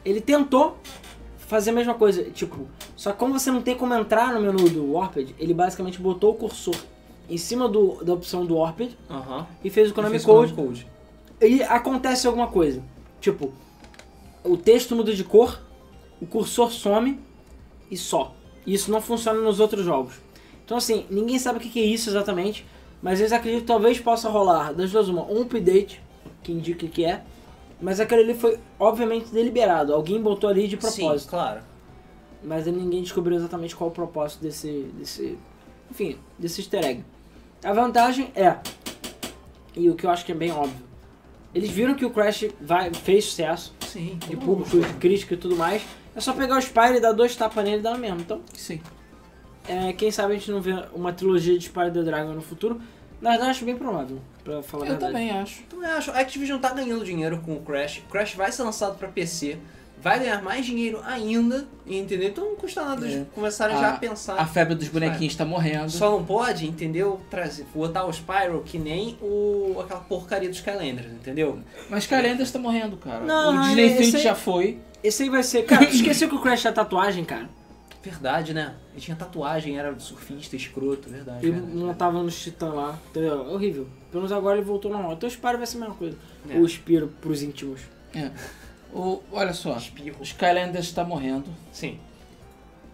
ele tentou fazer a mesma coisa. Tipo, só que como você não tem como entrar no menu do Warped, ele basicamente botou o cursor em cima do, da opção do Warped Aham. e fez o Ele Konami fez Code. Konami Code. E acontece alguma coisa. Tipo, o texto muda de cor, o cursor some e só. Isso não funciona nos outros jogos. Então, assim, ninguém sabe o que que é isso exatamente, mas eles acreditam que talvez possa rolar das duas uma, um update que indica o que é, mas aquele ali foi obviamente deliberado. Alguém botou ali de propósito. Sim, claro. Mas aí ninguém descobriu exatamente qual o propósito desse. desse enfim, desse easter egg. A vantagem é, e o que eu acho que é bem óbvio, eles viram que o Crash vai, fez sucesso, Sim. de público, de Uhum. crítica e tudo mais. É só pegar o Spyro e dar dois tapas nele e dar no mesmo. Então, Sim. é, quem sabe a gente não vê uma trilogia de Spyro the Dragon no futuro. Mas eu acho bem provável, pra falar a Eu verdade. também acho. Então eu acho, a Activision tá ganhando dinheiro com o Crash. Crash vai ser lançado pra PC. Vai ganhar mais dinheiro ainda, entendeu? Então não custa nada É. eles começarem já a pensar. A febre dos bonequinhos tá morrendo. Só não pode, entendeu? Trazer, botar o Spyro que nem o, aquela porcaria dos Skylanders, entendeu? Mas Calendas tá morrendo, cara. Não, o não, Disney esse Infinity aí- já foi. Esse aí vai ser. Cara, tu esqueceu que o Crash é tatuagem, cara? Verdade, né? Ele tinha tatuagem, era surfista, escroto, verdade. né? É. E verdade. montava nos Titã lá, entendeu? É Horrível. Pelo menos agora ele voltou ao normal. Então o Spyro vai ser a mesma coisa. É. O Spiro pros íntimos. É. O, olha só, Espirro. o Skylanders está morrendo. Sim,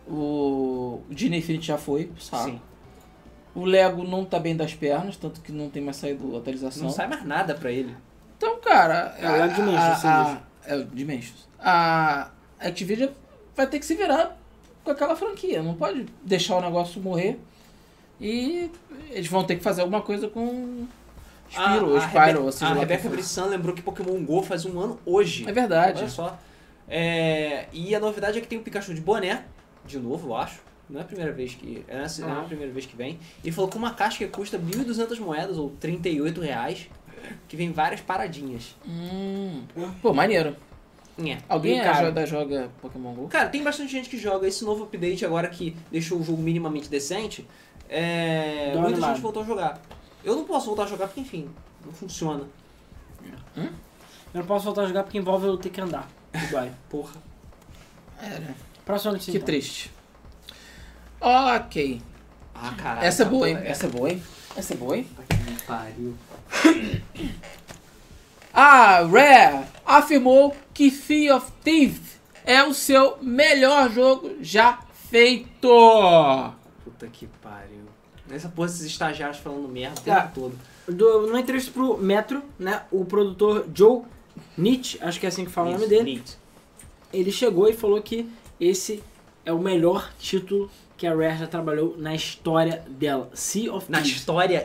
O, o Disney Infinity já foi, pro saco. sim. O Lego não tá bem das pernas, tanto que não tem mais saído atualização. Não sai mais nada pra ele. Então, cara. É, o Lego Dimensions, a, sim, a, É o Dimensions. A Activision vai ter que se virar com aquela franquia. Não pode deixar o negócio morrer. E eles vão ter que fazer alguma coisa com. Spyro, ou Ah, a, a Spyro, Rebe- ou seja a lá o que Rebeca for. Brissan lembrou que Pokémon GO faz um ano hoje. É verdade. Olha só. É, e a novidade é que tem o Pikachu de boné, de novo, eu acho. Não é a primeira vez que. é essa- Ah. Não é a Não. primeira vez que vem. E falou que uma caixa que custa 1.200 moedas, ou 38 reais, que vem várias paradinhas. Hum. Pô, maneiro. É. Alguém E, cara, joga, joga Pokémon GO? Cara, tem bastante gente que joga esse novo update agora que deixou o jogo minimamente decente. É, Dá uma muita animada. gente voltou a jogar. Eu não posso voltar a jogar porque, enfim, não funciona. Eu não posso voltar a jogar porque envolve eu ter que andar. Dubai. Porra. É, né? Próxima notícia. Que então. triste. Ok. Ah, caralho. Essa é tá boa, hein? toda- Essa é boa, hein? Essa é boa, hein? Que pariu. A Ah, Rare afirmou que Sea of Thieves é o seu melhor jogo já feito. Puta que pariu. Nessa porra, esses estagiários falando merda o Ah. tempo todo. Do, numa entrevista pro Metro, né? O produtor Joe Nietzsche, acho que é assim que fala o nome Isso, dele, Neat. ele chegou e falou que esse é o melhor título que a Rare já trabalhou na história dela. Sea of Na Thieves. história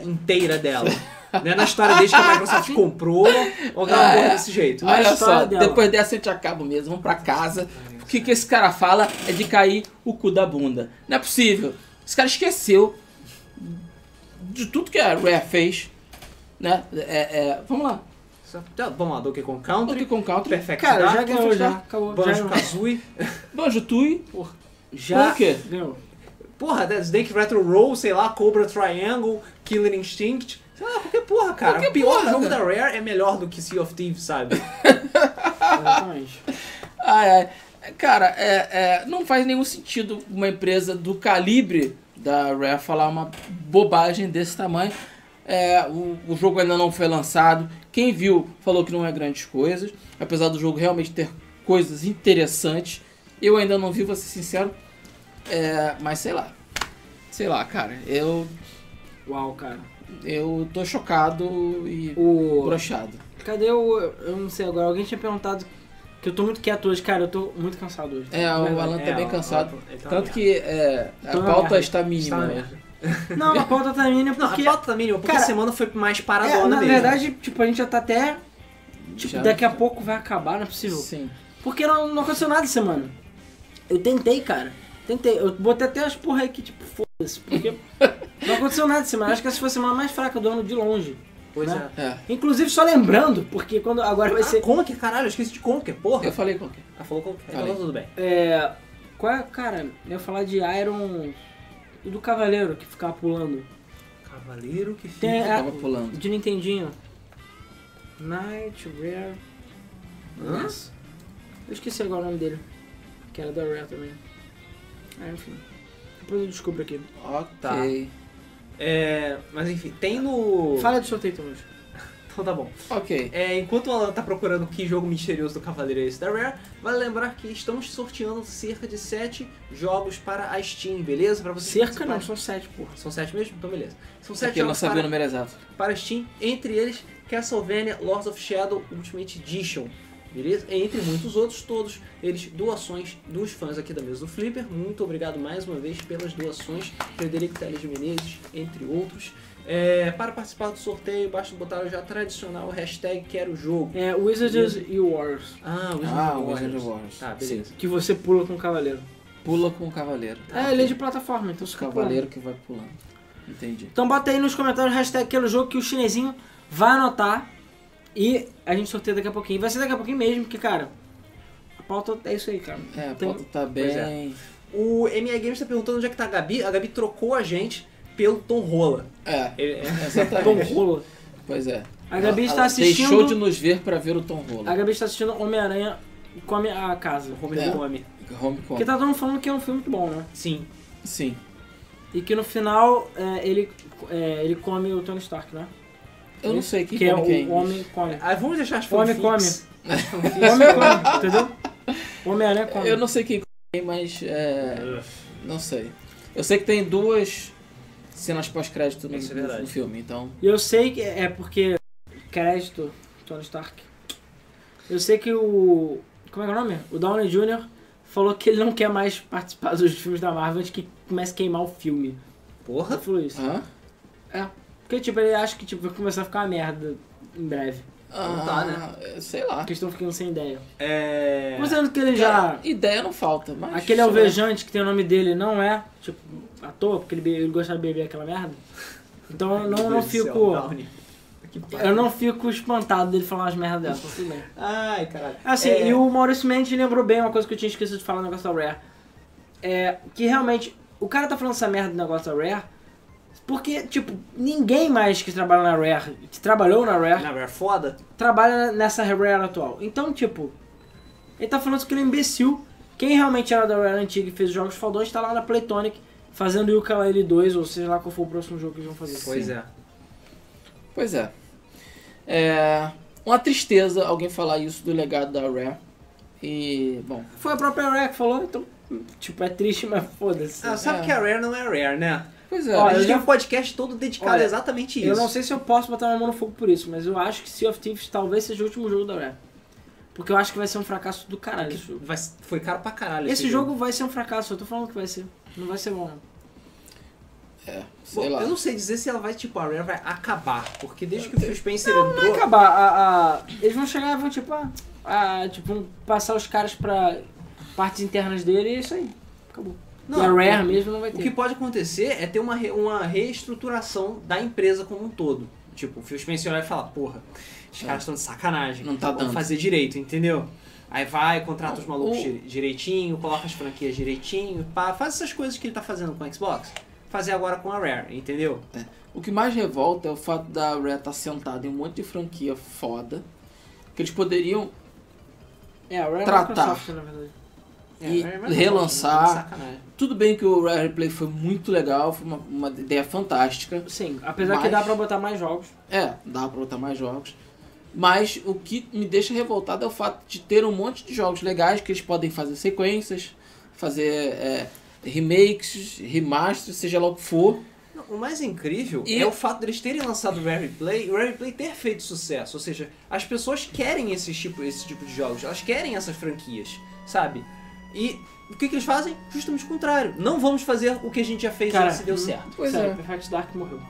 inteira dela. Não é na história desde que a Microsoft comprou ou aquela Ah, porra é. desse jeito. Ah, Olha história só, dela. depois dessa eu te acabo mesmo, vamos pra casa. O que, que esse cara fala é de cair o cu da bunda. Não é possível. Esse cara esqueceu de tudo que a Rare fez. Né? É, é, vamos lá. Só- tá, Vamos lá, Donkey Kong Country, Donkey Kong Country. Perfect Cara, já Dark, ganhou, já. já. Acabou. Já Banjo ganhou. Kazooie. Banjo Tui. Já Por quê? ganhou. Porra, Dead Snake Retro Roll, sei lá, Cobra Triangle, Killer Instinct. Sei lá, qualquer porra, cara. Qualquer o pior porra, jogo cara. da Rare é melhor do que Sea of Thieves, sabe? Exatamente. Ai, ai. Ah, Cara, é, é, não faz nenhum sentido uma empresa do calibre da Rare falar uma bobagem desse tamanho. É, o, o jogo ainda não foi lançado. Quem viu falou que não é grandes coisas. Apesar do jogo realmente ter coisas interessantes. Eu ainda não vi, vou ser sincero. É, mas sei lá. Sei lá, cara. Eu, Uau, cara. eu tô chocado e O... brochado. Cadê o... Eu não sei agora. Alguém tinha perguntado que eu tô muito quieto hoje. Cara, eu tô muito cansado hoje. É, o Alan tá É, bem ó, cansado. Tá ó, ele tá Tanto na que é, a Tá na pauta está merda. Está na mínima. merda. hoje. né? Não, a pauta tá mínima Não, porque... a pauta também, porque Cara, a semana foi mais É, paradona na mesmo. verdade, tipo, a gente já tá até... Tipo, Já- daqui a pouco vai acabar, não é possível. Sim. Porque não, não aconteceu nada essa semana. Eu tentei, cara. Tentei. Eu botei até as porra aí que, tipo, foda-se. Porque não aconteceu nada essa semana. Acho que essa foi a semana mais fraca do ano de longe. Pois né? é. É. Inclusive, só lembrando, porque quando agora vai Ah, ser... Conker, caralho, eu esqueci de Conker, porra. Eu falei qualquer. Ah, falou Conker, então Falei. tá tudo bem. É... Qual é, cara? Eu ia falar de Iron... E do Cavaleiro, que ficava pulando. Cavaleiro que fica. Tem Eu a- tava pulando. De Nintendinho. Night Rare... Hã? Yes. Eu esqueci agora o nome dele. Que era da Rare também. Ah, enfim. Depois eu descubro aqui. Ok. Tá. É, mas enfim, tem no. Fala do sorteio então, hoje. Então tá bom. Ok. É, enquanto o Alan tá procurando que jogo misterioso do Cavaleiro é esse da Rare, vale lembrar que estamos sorteando cerca de 7 jogos para a Steam, beleza? Pra vocês Cerca não, participarem. são sete, porra. São 7 mesmo? Então beleza. São Isso 7 aqui É eu não jogos sabia o para, número exato. para a Steam, entre eles Castlevania Lords of Shadow Ultimate Edition. Beleza? Entre muitos outros, todos eles doações dos fãs aqui da mesa do Flipper. Muito obrigado mais uma vez pelas doações, Frederico Teles de Menezes, entre outros. É, para participar do sorteio, basta botar o já tradicional hashtag quero jogo. É Wizards e Wars, Ah, Wizard Ah, of o Wizard Warriors. of Warriors. Tá, beleza. Sim. que você pula com o cavaleiro. Pula com o cavaleiro. é, ele é de plataforma, então se O Ah, cavaleiro que vai pulando. Entendi. Então bota aí nos comentários hashtag aquele jogo que o chinesinho vai anotar e a gente sorteia daqui a pouquinho. Vai ser daqui a pouquinho mesmo, porque, cara, a pauta é isso aí, cara. É, a Tem- pauta tá bem. O MI Games tá perguntando onde é que tá a Gabi. A Gabi trocou a gente pelo Tom Rola. É, Ele- é, Tom exatamente. Rola. Pois é. um A Gabi Ela está assistindo. Deixou de nos ver pra ver o Tom Rolo. A Gabi está assistindo Homem-Aranha e come a casa. Homem É. do Homem. Porque Homecoming. tá todo mundo falando que é um filme muito bom, né? Sim. Sim. E que no final é, ele, é, ele come o Tony Stark, né? Eu não sei quem que é come o quem. homem come. Ah, vamos deixar as O homem fanfics. O homem come, entendeu? O Homem-Aranha come. Eu não sei quem come quem, mas é, não sei. Eu sei que tem duas cenas pós-crédito no, Isso é verdade. no filme, então. E eu sei que é porque. Crédito, Tony Stark. Eu sei que o. Como é que é o nome? O Downey Jr. falou que ele não quer mais participar dos filmes da Marvel antes que comece a queimar o filme. Porra. Ele falou isso. Hã? É. Porque, tipo, ele acha que tipo, vai começar a ficar uma merda em breve. Ah, tá, é, Sei lá. Porque estão ficando sem ideia. É. Considerando que ele já. Cara, Ideia não falta, mas. Aquele é alvejante que tem o nome dele não é, tipo, à toa, porque ele, be- ele gosta de beber aquela merda. Então eu não, não Meu Deus do céu, fico. Downey. Que Eu não fico espantado dele falar umas merdas dessas, mas tudo né? bem. Ai, caralho. Assim, É, e o Maurício Mendes lembrou bem uma coisa que eu tinha esquecido de falar no negócio da Rare. É que realmente, o cara tá falando essa merda do negócio da Rare porque, tipo, ninguém mais que trabalha na Rare, que trabalhou na Rare, Na verdade, é foda. trabalha nessa Rare atual. Então, tipo, ele tá falando isso que ele é um imbecil. Quem realmente era da Rare antiga e fez os jogos faldões tá lá na Playtonic fazendo o Ukulele 2, ou seja lá qual for o próximo jogo que eles vão fazer. Pois é. Pois é. É. Uma tristeza alguém falar isso do legado da Rare. E. Bom. Foi a própria Rare que falou, então, tipo, é triste, mas foda-se. Ah, sabe É. que a Rare não é Rare, né? Pois é. Ó, a eu gente já- tem um podcast todo dedicado Olha, a exatamente isso. Eu não sei se eu posso botar minha mão no fogo por isso, mas eu acho que Sea of Thieves talvez seja o último jogo da Rare. Porque eu acho que vai ser um fracasso do caralho esse jogo. Vai- foi caro pra caralho. Esse jogo vai ser um fracasso, eu tô falando que vai ser. Não vai ser bom, não. é, Bom, sei lá. eu não sei dizer se ela vai, tipo, a Rare vai acabar. Porque desde que o Phil Spencer entrou... Vai acabar, é a, a- eles vão chegar e vão tipo, ah, ah, tipo, vão passar os caras pra partes internas dele e é isso aí. Acabou. Não, e a Rare o- mesmo não vai O que ter. pode acontecer é ter uma, re- uma reestruturação da empresa como um todo. Tipo, o Phil Spencer olhar e falar, porra, os caras estão de sacanagem. Não tá vamos dando." fazer direito, entendeu? Aí vai, contrata os malucos o- dire- direitinho, coloca as franquias direitinho, pá, faz essas coisas que ele tá fazendo com a Xbox. Fazer agora com a Rare, entendeu? O que mais revolta é o fato da Rare estar sentada em um monte de franquia foda. Que eles poderiam É, a Rare tratar. é Microsoft, na verdade. E a Rare é mais relançar. foda, né? Tá de sacanagem. Tudo bem que o Rare Replay foi muito legal, foi uma, uma ideia fantástica. Sim, apesar que Mas- dá pra botar mais jogos. É, dá pra botar mais jogos. Mas o que me deixa revoltado é o fato de ter um monte de jogos legais que eles podem fazer sequências, fazer é, remakes, remasters, seja lá o que for. Não, O mais incrível E- é o fato deles terem lançado o Rare Play e o Rare Play ter feito sucesso. Ou seja, as pessoas querem esse tipo, esse tipo de jogos, elas querem essas franquias, sabe? E o que, que eles fazem? Justamente o contrário. Não vamos fazer o que a gente já fez Cara, e se deu hum. certo. Pois Sério, é. Perfect Dark morreu.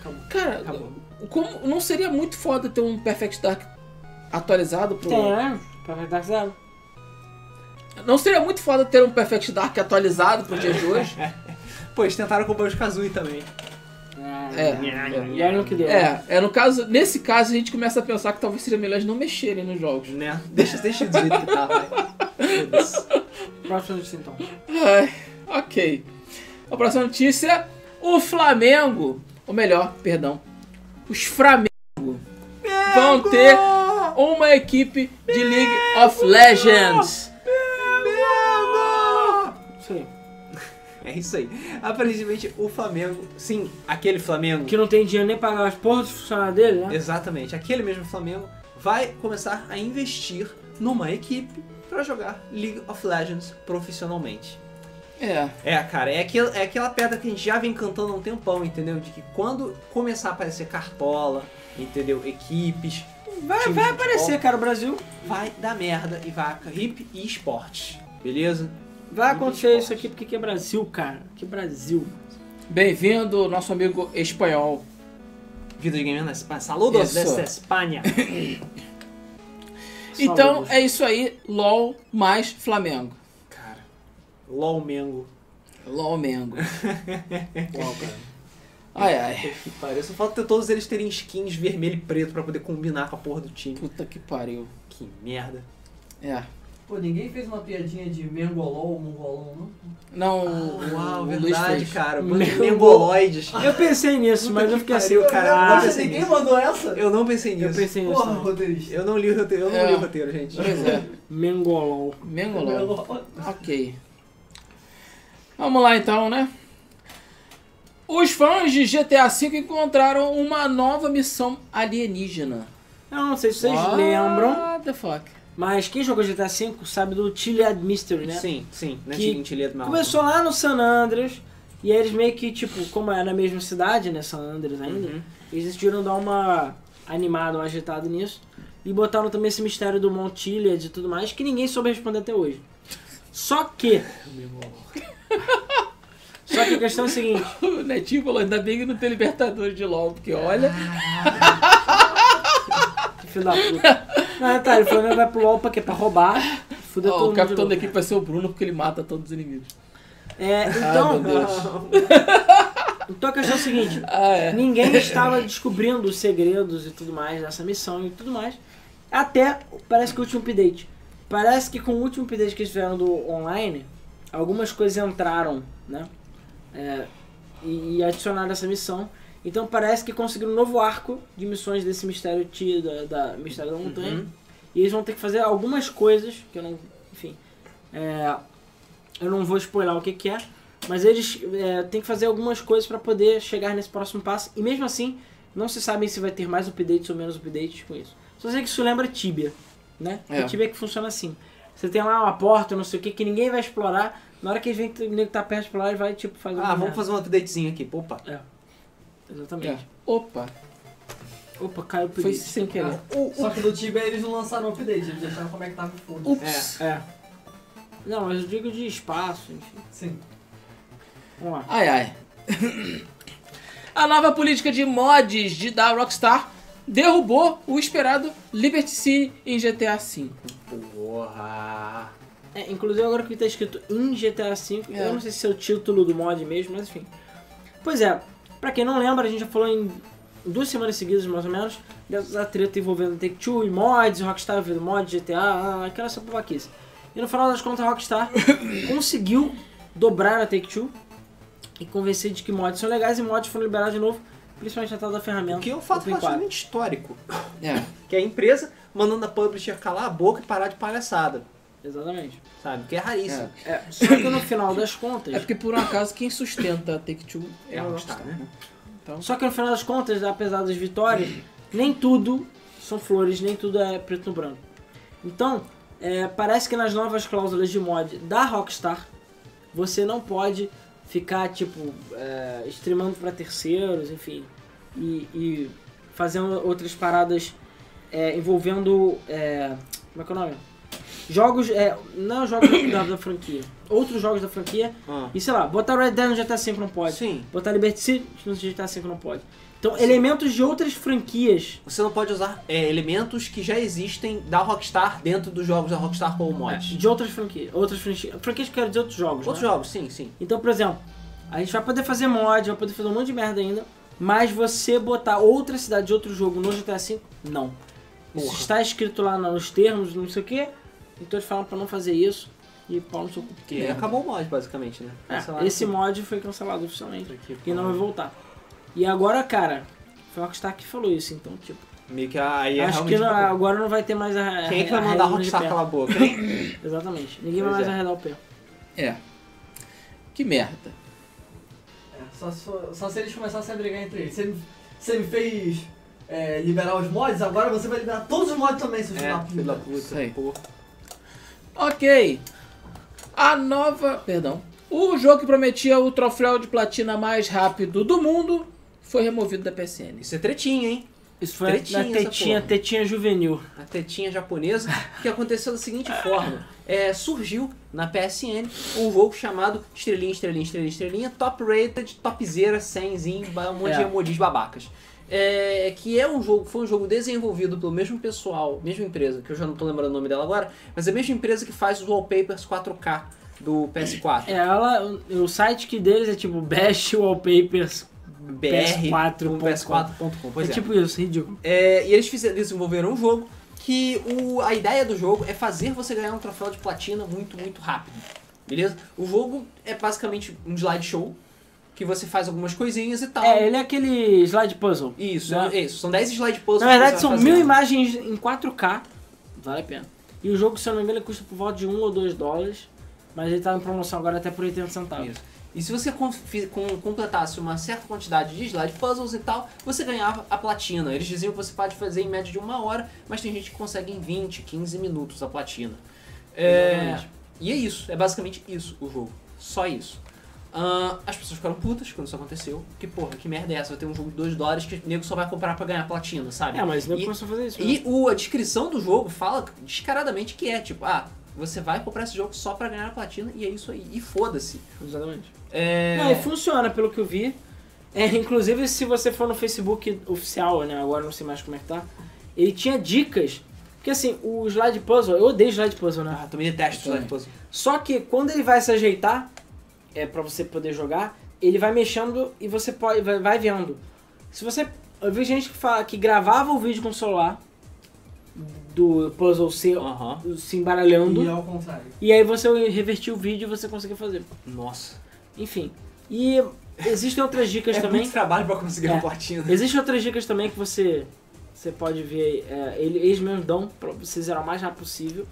Acabou. Cara, Acabou. como não seria muito foda ter um Perfect Dark atualizado pro. Tem, né? Perfect Dark Zero. Não seria muito foda ter um Perfect Dark atualizado pro dia de hoje? Pô, eles tentaram com o Banjo Kazooie também. É. E aí não que deu. É, é no caso, nesse caso a gente começa a pensar que talvez seria melhor eles não mexerem nos jogos. Né? Deixa, deixa do jeito que tá, vai. Foda-se. Próximo de então. Ai, ok. A próxima notícia: o Flamengo, ou melhor, perdão, os Flamengo vão ter uma equipe de League of Legends. Isso aí. É isso aí. Aparentemente, o Flamengo... Sim, aquele Flamengo... Que não tem dinheiro nem pra pagar as porras dos funcionários dele, né? Exatamente, aquele mesmo Flamengo vai começar a investir numa equipe pra jogar League of Legends profissionalmente. É, É, cara, é, aquel, é aquela pedra que a gente já vem cantando há um tempão, entendeu? De que quando começar a aparecer cartola, entendeu? Equipes, Vai, time vai de aparecer, cara, o Brasil. vai dar merda e vai a hip e esportes, beleza? Vai Muito acontecer esporte. isso aqui porque que é Brasil, cara. Que Brasil. bem-vindo, nosso amigo espanhol. Vida de gamer na Espanha. Saludos Isso. dessa Espanha. Então Saúde. é isso aí, LOL mais Flamengo. cara, LOL Mengo. LOL Mengo. Qual, cara? Ai ai, Que pariu. Só falta ter todos eles terem skins vermelho e preto pra poder combinar com a porra do time. puta que pariu. Que merda. É. Pô, ninguém fez uma piadinha de mengolol ou mongolão, não? Não, o- Ah, Um, Uau, o verdade, Luiz fez. cara. Meu- Mengoloides. Eu pensei nisso, Puta mas eu que fiquei assim, pariu, cara. caralho. Nossa, Nossa, ninguém isso. mandou essa? Eu não pensei Eu nisso. pensei nisso. Porra, também. roteirista. Eu não li o roteiro, eu não É. li o roteiro, gente. Pois é. Mengolol. Mengolol. Ok. Vamos lá então, né? Os fãs de GTA V encontraram uma nova missão alienígena. Eu não sei se vocês Ah. lembram, What the fuck? mas quem jogou GTA V sabe do Chilead Mystery, né? Sim, sim. Na Que seguinte, ele é mal. Começou lá no San Andreas, e aí eles meio que, tipo, como era na mesma cidade, né, San Andreas ainda, eles decidiram dar uma animada, uma agitada nisso, e botaram também esse mistério do Mount Iliad e tudo mais, que ninguém soube responder até hoje. Só que... Só que a questão é a seguinte, O Netinho falou, ainda bem que não tem Libertadores de LOL, porque olha... filho da puta. Não, detalhe, o Flamengo vai pro LoL pra quê? Pra roubar, fuder Ó, todo o mundo capitão da de novo. equipe vai ser o Bruno, porque ele mata todos os inimigos. É, então... Ah, meu Deus. Então a questão é a seguinte, Ah, é. ninguém estava descobrindo os segredos e tudo mais dessa missão e tudo mais. Até parece que o último update. Parece que com o último update que eles fizeram do online, algumas coisas entraram, né? É, e, e adicionaram essa missão. Então parece que conseguiram um novo arco de missões desse mistério T da, da mistério da montanha. E eles vão ter que fazer algumas coisas que eu não, enfim, é, eu não vou spoiler o que, que é, mas eles é, têm que fazer algumas coisas para poder chegar nesse próximo passo. E mesmo assim, não se sabem se vai ter mais updates ou menos updates com isso. Só sei que isso lembra Tibia, né? É. É. Tibia que funciona assim. Você tem lá uma porta, não sei o que, que ninguém vai explorar. Na hora que eles vêm, o nego tá perto de explorar, ele vai tipo fazer Ah, uma vamos merda. fazer um updatezinho aqui. Opa. É. Exatamente. Opa, Opa, caiu o foi update. sem querer. Só que do Tibia eles não lançaram o update, eles deixaram como é que tava e foda. Ups. É. Não, mas eu digo de espaço, enfim. Sim. Vamos lá. Ai, ai. A nova política de mods de da Rockstar derrubou o esperado Liberty City em GTA V. Porra. É, inclusive agora que tá escrito em GTA V, É. eu não sei se é o título do mod mesmo, mas enfim. Pois é, pra quem não lembra, a gente já falou em duas semanas seguidas, mais ou menos, dessa treta envolvendo Take-Two e mods, Rockstar envolvendo mods, GTA, ah, aquela essa babaquice. E no final das contas, a Rockstar conseguiu dobrar a Take-Two e convencer de que mods são legais e mods foram liberados de novo, principalmente na tal da ferramenta. O que é um fato Open Quarry. relativamente histórico. É. Que é a empresa mandando a publisher calar a boca e parar de palhaçada. Exatamente. Sabe? Que é raríssimo. É. É, só que no final das contas... É porque por um acaso quem sustenta a Take-Two é a Rockstar. né? Só que no final das contas, apesar das vitórias, nem tudo são flores, nem tudo é preto no branco. Então, é, parece que nas novas cláusulas de mod da Rockstar, você não pode ficar, tipo, é, streamando para terceiros, enfim, e, e fazendo outras paradas é, envolvendo. é, como é que é o nome? Jogos. É, não jogos da, da franquia. Outros jogos da franquia. Ah. E sei lá, botar Red Dead no GTA V não pode. Sim. Botar Liberty City no GTA V não pode. Então, elementos de outras franquias. Você não pode usar é, elementos que já existem da Rockstar dentro dos jogos da Rockstar como mods. De outras franquias. Outras franquias. Franquias que eu quero dizer outros jogos. Outros né? jogos, sim, sim. Então, por exemplo, a gente vai poder fazer mod, vai poder fazer um monte de merda ainda. Mas você botar outra cidade de outro jogo no GTA V, não. Isso Porra. está escrito lá nos termos, não sei o que. Então eles falam pra não fazer isso. E Paulo não sei o que. Que acabou o mod, basicamente, né? Cancelaram É, Esse tudo. mod foi cancelado oficialmente. Aqui, E não vai voltar. E agora, cara, foi o Rockstar que falou isso, então, tipo. Meio que aí é acho que realmente não- acabou. agora não vai ter mais a. Quem é que a vai mandar a regra de Rockstar pé. calar a boca? hein? Exatamente. Ninguém vai Pois mais é. arredar o pé. É. Que merda. É, só, se- só se eles começassem a brigar entre eles. Você me, você me fez é, liberar os mods, agora você vai liberar todos os mods também, seu É, filho filho da da puta. Isso puta. aí. Porra. Ok. A nova. Perdão. O jogo que prometia o troféu de platina mais rápido do mundo foi removido da PSN. Isso é tretinha, hein? Isso foi Tretinha na essa tetinha, porra. tetinha juvenil. a tetinha japonesa, que aconteceu da seguinte forma. É, surgiu na PSN um jogo chamado Estrelinha, Estrelinha, Estrelinha, Estrelinha, Top Rated, Topzera, Senzinho, ba- um monte de É. emojis babacas. É, que é um jogo, foi um jogo desenvolvido pelo mesmo pessoal, mesma empresa, que eu já não tô lembrando o nome dela agora, mas é a mesma empresa que faz os wallpapers 4K do PS4. É, ela, o o site que deles é tipo Best Wallpapers. um PS4.com. PS4.com. Pois é, é. tipo isso, ridículo. É, e eles fizeram, desenvolveram um jogo que o, a ideia do jogo é fazer você ganhar um troféu de platina muito, muito rápido. Beleza? O jogo é basicamente um slideshow que você faz algumas coisinhas e tal. É, ele é aquele slide puzzle. Isso, Né? é isso. São 10 slide puzzles. Na que verdade, Então, são você vai mil fazendo. imagens em 4K. Vale a pena. E o jogo, se eu não me engano, ele custa por volta de 1 ou 2 dólares. Mas ele tá em promoção agora até por 80 centavos. Isso. E se você com- fi- com- completasse uma certa quantidade de slide puzzles e tal, você ganhava a platina. Eles diziam que você pode fazer em média de uma hora, mas tem gente que consegue em 20, 15 minutos a platina. É, Exatamente. e é isso, é basicamente isso o jogo. Só isso. Ahn, as pessoas ficaram putas quando isso aconteceu. Que porra, que merda é essa? Vai ter um jogo de 2 dólares que o nego só vai comprar pra ganhar platina, sabe? É, mas não E- começou a fazer isso. né? E o- a descrição do jogo fala descaradamente que é tipo, ah, você vai comprar esse jogo só pra ganhar a platina e é isso aí. E foda-se. Exatamente. É... Não, e funciona, pelo que eu vi. É, inclusive, se você for no Facebook oficial, né? Agora não sei mais como é que tá. Ele tinha dicas. Porque assim, o slide puzzle, eu odeio slide puzzle, né? Ah, também detesto slide puzzle. Só que quando ele vai se ajeitar, é para você poder jogar, ele vai mexendo e você pode, vai, vai vendo. Se você. Eu vi gente que fala que gravava o vídeo com o celular do puzzle se, Aham. se embaralhando. é E ao contrário. E aí você revertia o vídeo e você conseguia fazer. Nossa. Enfim. E existem outras dicas É também. muito trabalho pra conseguir É. uma platina. Existem outras dicas também que você, você pode ver, é, ele- eles mesmos dão pra você zerar o mais rápido possível.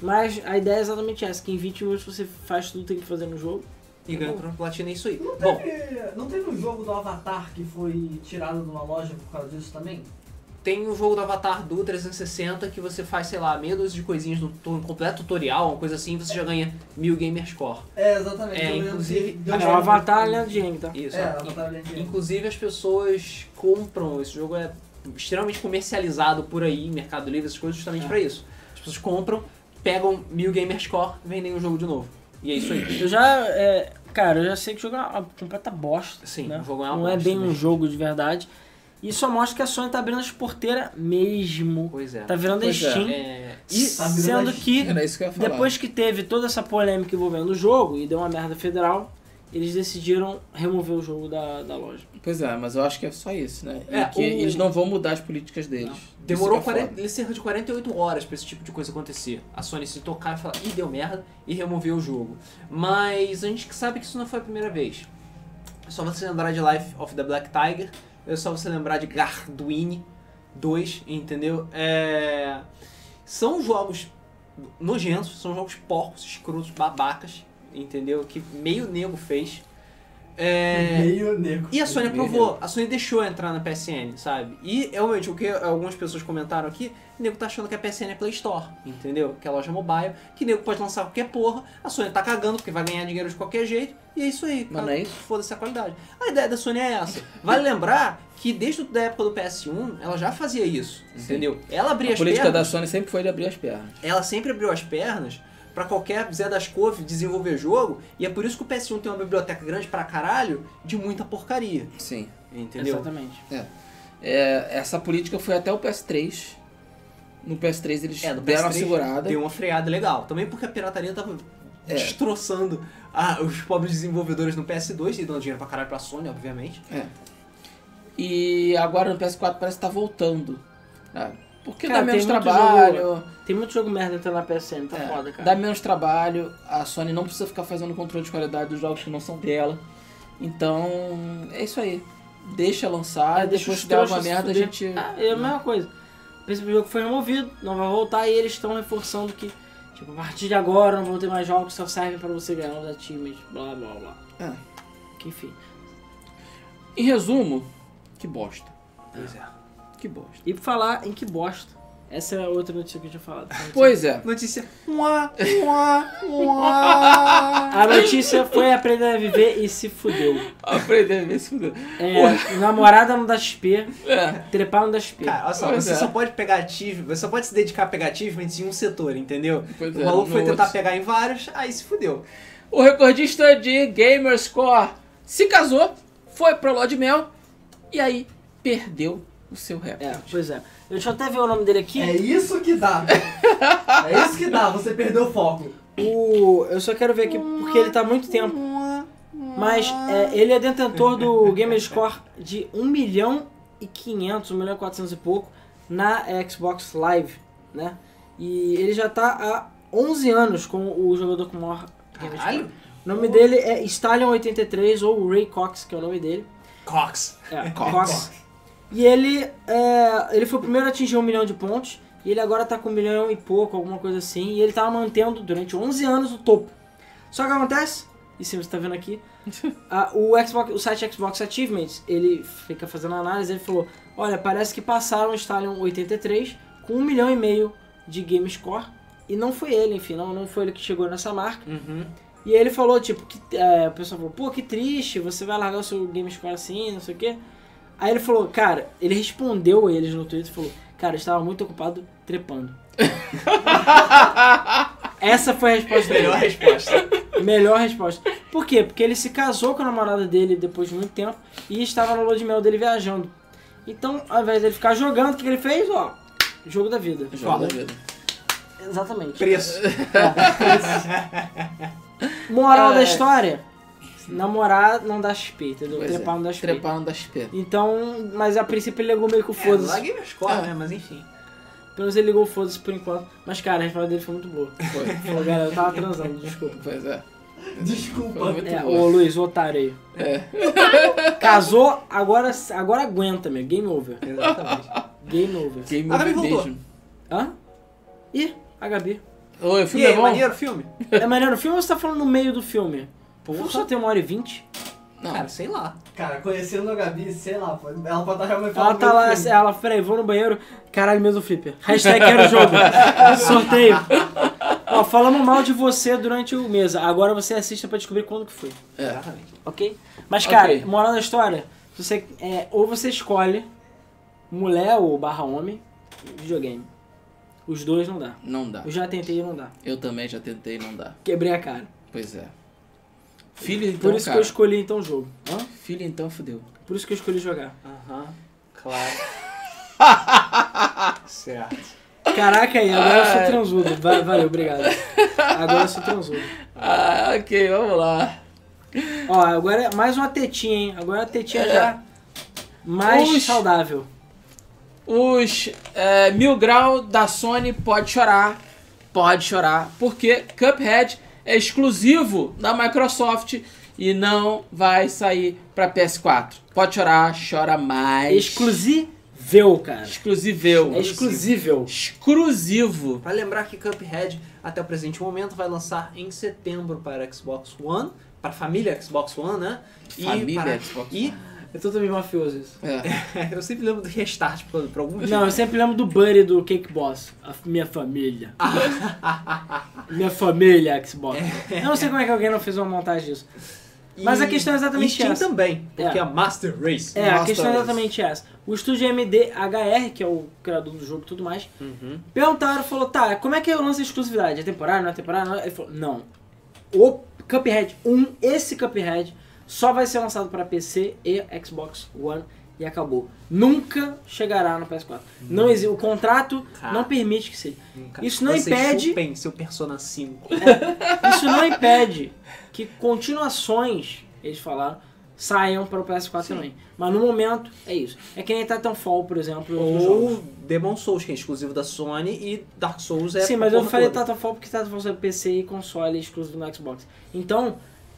Mas a ideia é exatamente essa, que em 20 minutos você faz tudo que tem que fazer no jogo. E ganhou uma platina, é isso aí. Não Bom, teve, não teve um jogo do Avatar que foi tirado de uma loja por causa disso também? tem o jogo do Avatar do 360 que você faz, sei lá, meia dúzia de coisinhas no tu- um completo tutorial, uma coisa assim, e você já ganha mil gamer score. É, exatamente. É, eu lembro inclusive, que É deu um o jogo- Avatar Leandro de Yang, tá? Isso. É, ó. Avatar Legend. In- Inclusive as pessoas compram, esse jogo é extremamente comercializado por aí, Mercado Livre, essas coisas, justamente pra isso. As pessoas compram, pegam mil gamer score, vendem o jogo de novo. E é isso aí. Eu já, é, cara, eu já sei que o jogo é uma completa bosta. Sim, né? o jogo é uma Não é bosta bem um mesmo. jogo de verdade. E só mostra que a Sony tá abrindo as porteiras mesmo. Pois é. Tá virando a Pois é. Steam. É, E Tá virando sendo a que Era isso que eu ia falar. Depois que teve toda essa polêmica envolvendo o jogo e deu uma merda federal, eles decidiram remover o jogo da, da loja. Pois é, mas eu acho que é só isso, né? É, e que o- eles não vão mudar as políticas deles. Isso Demorou que é foda. 40, cerca de 48 horas pra esse tipo de coisa acontecer. A Sony se tocar e falar, ih, deu merda, e remover o jogo. Mas a gente que sabe que isso não foi a primeira vez. É só você lembrar de Life of the Black Tiger, é só você lembrar de Garduini 2, entendeu? É... São jogos nojentos, são jogos porcos, escrotos, babacas, entendeu? Que meio nego fez. É... Meio negro. E a Sony Vermelho. aprovou, a Sony deixou entrar na PSN, sabe? E realmente, o que algumas pessoas comentaram aqui, o nego tá achando que a PSN é Play Store, entendeu? Que é loja mobile, que o nego pode lançar qualquer porra, a Sony tá cagando porque vai ganhar dinheiro de qualquer jeito, e é isso aí. Mas não é isso? Foda-se a qualidade. A ideia da Sony é essa. Vale lembrar que desde a época do PS1, ela já fazia isso, entendeu? Ela abria A as política pernas da Sony sempre foi de abrir as pernas. ela sempre abriu as pernas pra qualquer Zé das Couve desenvolver jogo, e é por isso que o PS1 tem uma biblioteca grande pra caralho de muita porcaria, Sim. entendeu? Exatamente. É, essa política foi até o PS3. No PS3 eles É, no deram né? uma PS3 segurada. Deu uma freada legal. Também porque a pirataria tava É. destroçando a- os pobres desenvolvedores no PS2 e dando dinheiro pra caralho pra Sony, obviamente. E agora no PS4 parece que tá voltando. Ah, porque Cara, dá tem menos muito trabalho. Tem muito jogo merda entrando na PSN, tá é, foda, cara. Dá menos trabalho. A Sony não precisa ficar fazendo controle de qualidade dos jogos que não são dela. Então, é isso aí. Deixa lançar, É, deixa depois os se der alguma trouxas se merda, a fuder. gente. né? Ah, é a mesma coisa. Esse jogo foi removido, não vai voltar, e eles estão reforçando que, tipo, a partir de agora não vão ter mais jogos que só servem pra você ganhar os times, blá blá blá. Ah. Que enfim. Em resumo, que bosta. Pois é. Que bosta. E pra falar em que bosta. Essa é a outra notícia que eu tinha falado. Pois é. Notícia. A notícia foi aprender a viver e se fudeu. Aprender a ver se fudeu. É, namorada no da XP, É, trepar no da XP. Cara, olha só, Pois você é. só pode pegar achievement, você só pode se dedicar a pegar achievements em um setor, entendeu? pois o é, maluco no foi tentar outro. pegar em vários, aí se fudeu. O recordista de Gamerscore se casou, foi pra Ló de Mel e aí perdeu o seu recorde. É, pois é. Deixa eu até ver o nome dele aqui. É isso que dá. é isso que dá, você perdeu o foco. O, eu só quero ver aqui porque ele tá há muito tempo. Mas é, ele é detentor do Gamerscore de 1 milhão e 500, 1 milhão e 400 e pouco na Xbox Live, né? E ele já tá há 11 anos com o jogador com o maior Gamerscore. Caralho. O nome dele é Stallion83 ou Ray Cox, que é o nome dele. Cox. É, Cox. E ele, é, ele foi o primeiro a atingir um milhão de pontos. E ele agora tá com um milhão e pouco, alguma coisa assim. E ele tava mantendo durante 11 anos o topo. Só que acontece, e se você tá vendo aqui, ah, o, Xbox, o site Xbox Achievements, ele fica fazendo análise, ele falou, olha, parece que passaram o Stallion 83 com um milhão e meio de game score. E não foi ele, enfim, não, não foi ele que chegou nessa marca. E aí ele falou, tipo, que, é, o pessoal falou, pô, que triste, você vai largar o seu game score assim, não sei o quê. Aí ele falou, cara, ele respondeu eles no Twitter e falou, cara, eu estava muito ocupado trepando. Essa foi a resposta dele. Melhor resposta. Melhor resposta. Por quê? Porque ele se casou com a namorada dele depois de muito tempo e estava no lua de mel dele viajando. Então, ao invés dele ficar jogando, o que que ele fez? Ó, jogo da vida. Jogo da vida. Exatamente. Preço. Moral da É. história? Namorar não dá XP, entendeu? Pois é. Trepar não dá XP. Trepar não dá XP. Então, mas a princípio ele ligou meio que o É, lá foda-se. Gamer Score, né? Mas enfim. Pelo menos ele ligou o foda-se por enquanto. Mas, cara, a resposta dele foi muito boa. Foi. Falou, galera, eu tava transando, desculpa. Pois é. Foi Desculpa. muito É, boa. ô Luiz, o otário aí. É. Casou, agora, agora aguenta, meu. Game over. Exatamente. Game over. Game Agora over me voltou. mesmo. Hã? Ih, HB. Ô, o E filme é aí, bom? maneiro o filme? É maneiro o filme ou você tá falando no meio do filme? O filme só tem uma hora e vinte. Não. Cara, sei lá. Cara, conhecendo a Gabi, sei lá, pode- ela pode estar realmente Ela falando tá muito lá, filme. ela, peraí, vou no banheiro. Caralho, mesmo flipper. Hashtag quero o jogo. Sorteio. Ó, falamos mal de você durante o mês. Agora você assista pra descobrir quando que foi. É. Exatamente. Ok? Mas, cara, Ok. moral da história, você, é, ou você escolhe mulher ou barra homem, videogame. Os dois não dá. Não dá. Eu já tentei e não dá. Eu também já tentei, não dá. Quebrei a cara. Pois é. Filho então, Por isso cara. que eu escolhi então o jogo. Hã? Filho então fudeu. Por isso que eu escolhi jogar. Aham. Claro. certo. Caraca aí, agora eu sou transudo. Va- Valeu, obrigado. Agora eu sou transudo. Ah, ok, vamos lá. Ó, agora é mais uma tetinha, hein? Agora a tetinha já mais Oxi. saudável. Os é, Mil Grau da Sony pode chorar. Pode chorar. Porque Cuphead é exclusivo da Microsoft e não vai sair pra PS4. Pode chorar, chora mais. Exclusivo, cara. Exclusiveu. É exclusivo. Exclusivo. Vale lembrar que Cuphead, até o presente momento, vai lançar em setembro para Xbox One, para a família Xbox One, né? Família para... Xbox E É totalmente mafioso isso. É. eu sempre lembro do restart por, por algum motivo. Não, eu sempre lembro do Buddy do Cake Boss. A f- minha família. minha família, Xbox. Eu não sei como é que alguém não fez uma montagem disso. E- mas a questão é exatamente e Steam essa. também, porque É. a Master Race. É, a Nossa, questão é mas- exatamente essa. O estúdio é MDHR, que é o criador do jogo e tudo mais, perguntaram, falou, tá, como é que é o lance de exclusividade? É temporário, não é temporário? Não é?" Ele falou, não. O Cuphead 1, esse Cuphead, só vai ser lançado para PC e Xbox One e acabou. Nunca chegará no PS4. Não existe, o contrato Cara. não permite que seja. Nunca. Isso não Vocês impede- chupem seu Persona 5. Isso não impede que continuações, eles falaram, saiam para o PS4 também. Mas no momento, é isso. É que nem Titanfall, por exemplo. e outros jogos. Ou Demon Souls, que é exclusivo da Sony, e Dark Souls é. Sim, mas eu porra falei toda. Titanfall porque Titanfall é PC e console exclusivo no Xbox. Então,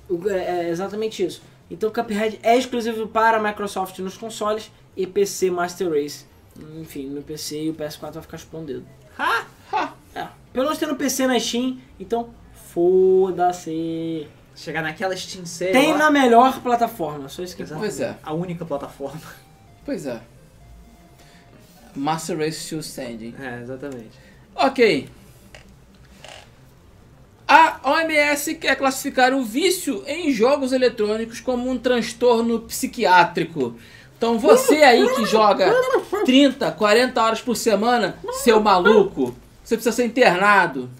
o- é é exatamente isso. Então, Cuphead é exclusivo para a Microsoft nos consoles e PC Master Race. Enfim, no PC e o PS4 vai ficar escondido. É, pelo menos tem no PC na Steam, então foda-se. Chegar naquela Steam Sale. Tem lá, na melhor plataforma, só isso que importa. Pois é, A única plataforma. pois é. Master Race Steel Standing. É, exatamente. Ok. A OMS quer classificar o vício em jogos eletrônicos como um transtorno psiquiátrico. Então você aí que joga 30, 40 horas por semana, seu maluco, você precisa ser internado.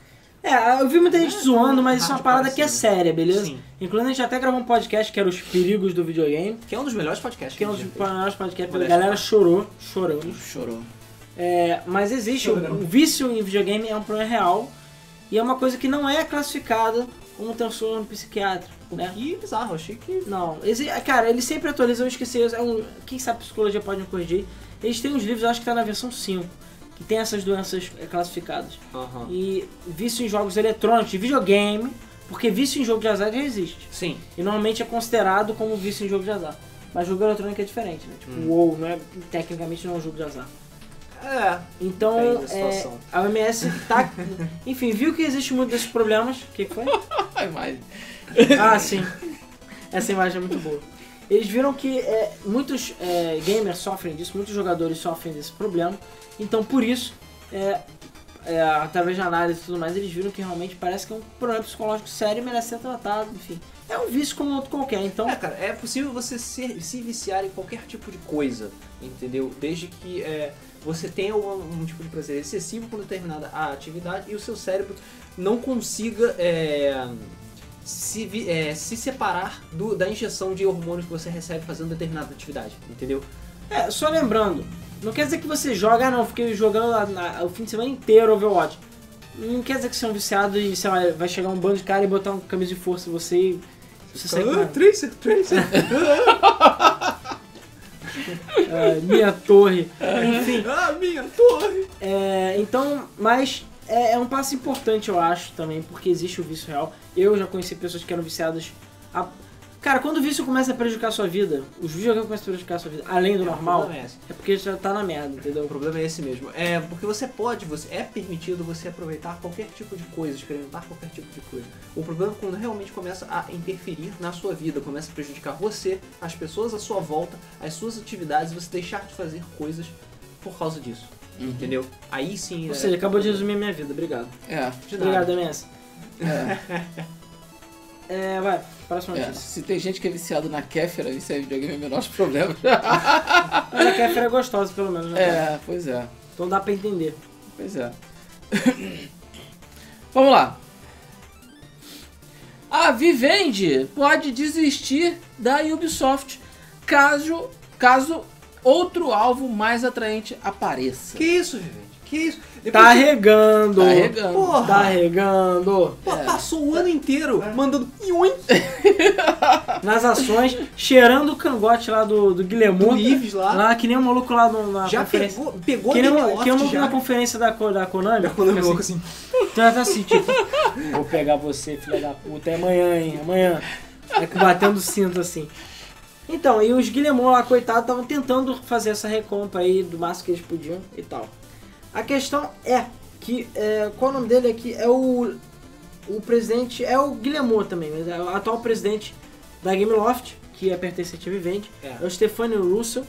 É, eu vi muita gente zoando, mas isso é uma Hard parada core, que é sim. séria, beleza? assim. Sim. Inclusive a gente até gravou um podcast que era os perigos do videogame. Que é um dos melhores podcasts. Que é um dos gente já fez. melhores podcasts. A Olha galera chorou, choramos. Chorou. É, mas existe, o, Choramos. o vício em videogame é um problema real. E é uma coisa que não é classificada como transtorno psiquiátrico, né? Que é bizarro, achei que. Não, exi- cara, eles sempre atualizam, eu esqueci, é um- quem sabe psicologia pode me corrigir. Eles têm uns livros, eu acho que tá na versão 5, que tem essas doenças é, classificadas. Aham. E vício em jogos eletrônicos, de videogame, porque vício em jogo de azar já existe. Sim. E normalmente é considerado como vício em jogo de azar. Mas jogo eletrônico é diferente, né? Tipo, o WoW não é, tecnicamente não é um jogo de azar. É, Então, Depende da é, situação. a OMS tá. Enfim, viu que existe muito desses problemas. O que que foi? A imagem. Ah, sim. Essa imagem é muito boa. Eles viram que é, muitos é, gamers sofrem disso, muitos jogadores sofrem desse problema. Então, por isso, é, é, através de análise e tudo mais, eles viram que realmente parece que é um problema psicológico sério e merece ser tratado. Enfim, é um vício como outro qualquer. Então, É, cara, é possível você se, se viciar em qualquer tipo de coisa, entendeu? Desde que é, você tenha um, um tipo de prazer excessivo com determinada atividade e o seu cérebro não consiga é, se, vi- é, se separar do- da injeção de hormônios que você recebe fazendo determinada atividade, entendeu? É, só lembrando, não quer dizer que você joga, ah, não, fiquei jogando a- na- o fim de semana inteiro Overwatch. Não quer dizer que você é um viciado e sei lá, vai chegar um bando de cara e botar um camisa de força em você e você sai com Ah, ela. Tracer, Tracer! Ah, minha torre. Enfim, ah, minha torre! é, então, mas é, é um passo importante, eu acho, também, porque existe o vício real. Eu já conheci pessoas que eram viciadas. a- Cara, quando o vício começa a prejudicar a sua vida, os videogames começam a prejudicar a sua vida, além do normal, é esse. é porque já tá na merda, entendeu? O problema é esse mesmo. É porque você pode, você é permitido você aproveitar qualquer tipo de coisa, experimentar qualquer tipo de coisa. O problema é quando realmente começa a interferir na sua vida, começa a prejudicar você, as pessoas à sua volta, as suas atividades, você deixar de fazer coisas por causa disso. Entendeu? Aí sim. Ou é- seja, acabou de resumir minha vida, obrigado. É. De Obrigado, nada. MS. é. É, vai, próxima É, notícia. se tem gente que é viciado na Kéfera, isso é videogame é o menor dos problemas. Mas a Kéfera é gostosa, pelo menos, né? cara? é, pois é, Então dá pra entender. pois é. Vamos lá. A Vivendi pode desistir da Ubisoft caso, caso outro alvo mais atraente apareça. Que isso, gente? Que isso? Depois Tá de- regando! Tá regando. Porra! Tá É. regando! Pô, Passou o ano inteiro mandando ion Nas ações, cheirando o cangote lá do, do Guilhermo. do Ives lá. Lá que nem o maluco lá no, na Já Tá, conferência. pegou, pegou que nem a o que nem o Microsoft maluco já. na conferência da, Co- da Konami. Quando eu Fica coloco assim, assim, tu já tá assim, tipo, vou pegar você, filha da puta, é amanhã, hein? Amanhã. É que batendo cinto assim. Então, e os Guillemot lá, coitado, estavam tentando fazer essa recompra aí do máximo que eles podiam e tal. A questão é que. é, qual o nome dele aqui? É o. O presidente. É o Guillemot também, mas é o atual presidente da Gameloft, que é pertencente à Vivente. É. É, o Stefano Russo.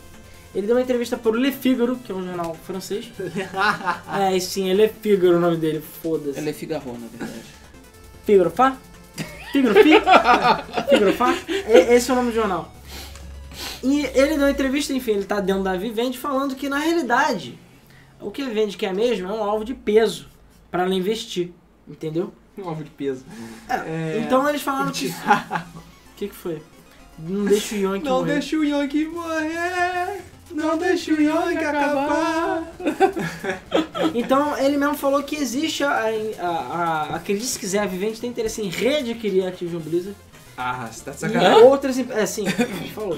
Ele deu uma entrevista para o Le Figaro, que é um jornal francês. é, e sim, é Le Figaro o nome dele, foda-se. Ela é Figaro, na verdade. Figaro Fá? Figaro Fi? Figaro Fá? É- Esse é o nome do jornal. E ele deu uma entrevista, enfim, ele tá dentro da Vivendi falando que na realidade o que a Vivendi quer mesmo é um alvo de peso pra ela investir, entendeu? um alvo de peso. É, É. Então eles falaram que. O que, que foi? Não deixa o Yonk Não morrer. deixa o Yonk morrer, não deixa o Yonk acabar. Então ele mesmo falou que existe a. a, a, acredite se quiser, a Vivendi tem interesse em readquirir a Activision Blizzard. Ah, você tá de E outras. em- É, sim, falou.